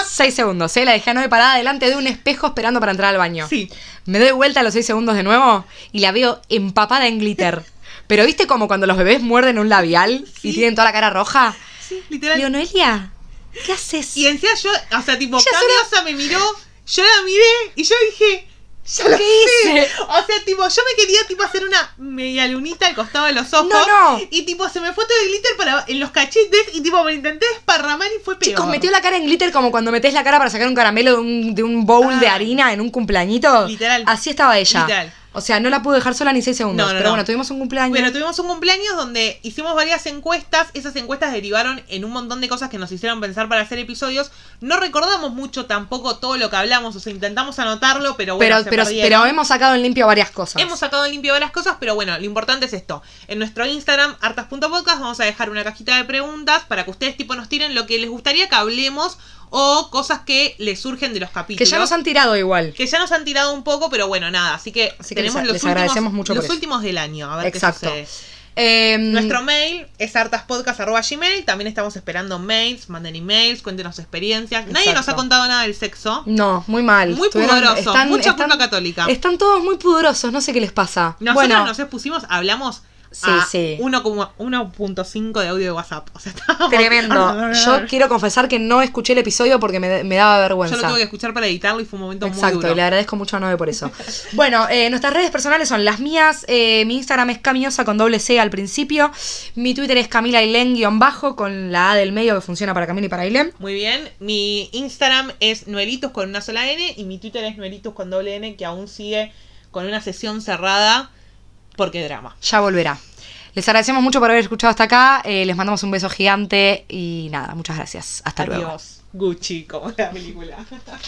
S2: 6 segundos, ¿eh? La dejé a nueve parada delante de un espejo esperando para entrar al baño.
S1: Sí.
S2: Me doy vuelta a los 6 segundos de nuevo y la veo empapada en glitter. Pero viste como cuando los bebés muerden un labial
S1: Sí.
S2: y tienen toda la cara roja.
S1: Sí,
S2: Le
S1: literal.
S2: Digo, Noelia, ¿qué haces?
S1: Y encima yo, o sea, tipo,
S2: Ya es hora-
S1: Camiosa me miró, yo la miré y yo dije. Ya lo
S2: ¿Qué
S1: sé".
S2: hice?
S1: O sea, tipo, yo me quería tipo hacer una media lunita al costado de los ojos.
S2: No, no.
S1: Y tipo, se me fue todo el glitter para, en los cachetes y tipo, me intenté desparramar y fue peor.
S2: Chicos, metió la cara en glitter como cuando metés la cara para sacar un caramelo de un, de un bowl de
S1: Ah.
S2: harina en un cumpleañito.
S1: Literal.
S2: Así estaba ella.
S1: Literal.
S2: O sea, no la pude dejar sola ni 6 segundos.
S1: No, no,
S2: pero
S1: no.
S2: bueno, tuvimos un cumpleaños.
S1: Pero tuvimos un cumpleaños donde hicimos varias encuestas. Esas encuestas derivaron en un montón de cosas que nos hicieron pensar para hacer episodios. No recordamos mucho tampoco todo lo que hablamos. O sea, intentamos anotarlo, pero bueno,
S2: pero,
S1: se
S2: pero,
S1: perdieron.
S2: pero hemos sacado en limpio varias cosas.
S1: Hemos sacado en limpio varias cosas, pero bueno, lo importante es esto. En nuestro Instagram, hartas.podcast, vamos a dejar una cajita de preguntas para que ustedes tipo nos tiren lo que les gustaría que hablemos o cosas que les surgen de los
S2: que
S1: capítulos.
S2: ya nos han tirado igual.
S1: Que ya nos han tirado un poco, pero bueno, nada. Así que
S2: Así que
S1: tenemos
S2: les-
S1: los,
S2: les
S1: últimos,
S2: agradecemos mucho por
S1: los
S2: eso.
S1: últimos del año. A ver
S2: Exacto.
S1: qué sucede.
S2: Eh,
S1: Nuestro mail es hartaspodcast.gmail. También estamos esperando mails, manden emails, cuéntenos experiencias. Nadie
S2: Exacto.
S1: nos ha contado nada del sexo.
S2: No, muy mal.
S1: Muy
S2: Estuvieron-
S1: pudorosos, mucha culpa católica.
S2: Están todos muy pudorosos, no sé qué les pasa.
S1: Nosotros
S2: bueno,
S1: nos Ah, expusimos, hablamos
S2: Sí,
S1: a
S2: sí.
S1: 1,1.5 de audio de WhatsApp. O sea, estábamos-
S2: tremendo. Yo quiero confesar que no escuché el episodio porque me, me daba vergüenza.
S1: Yo lo tuve que escuchar para editarlo y fue un momento muy
S2: Exacto,
S1: duro.
S2: y le agradezco mucho a Noe por eso. bueno, eh, nuestras redes personales son las mías. eh, mi Instagram es camiosa con doble C al principio. Mi Twitter es Camila Ailén guión bajo con la A del medio que funciona para Camila y para Ailén.
S1: Muy bien. Mi Instagram es Noelitos con una sola N y mi Twitter es Noelitos con doble N, que aún sigue con una sesión cerrada porque drama.
S2: Ya volverá. Les agradecemos mucho por haber escuchado hasta acá. eh, les mandamos un beso gigante y nada, muchas gracias. Hasta luego.
S1: Adiós. Gucci, como la película.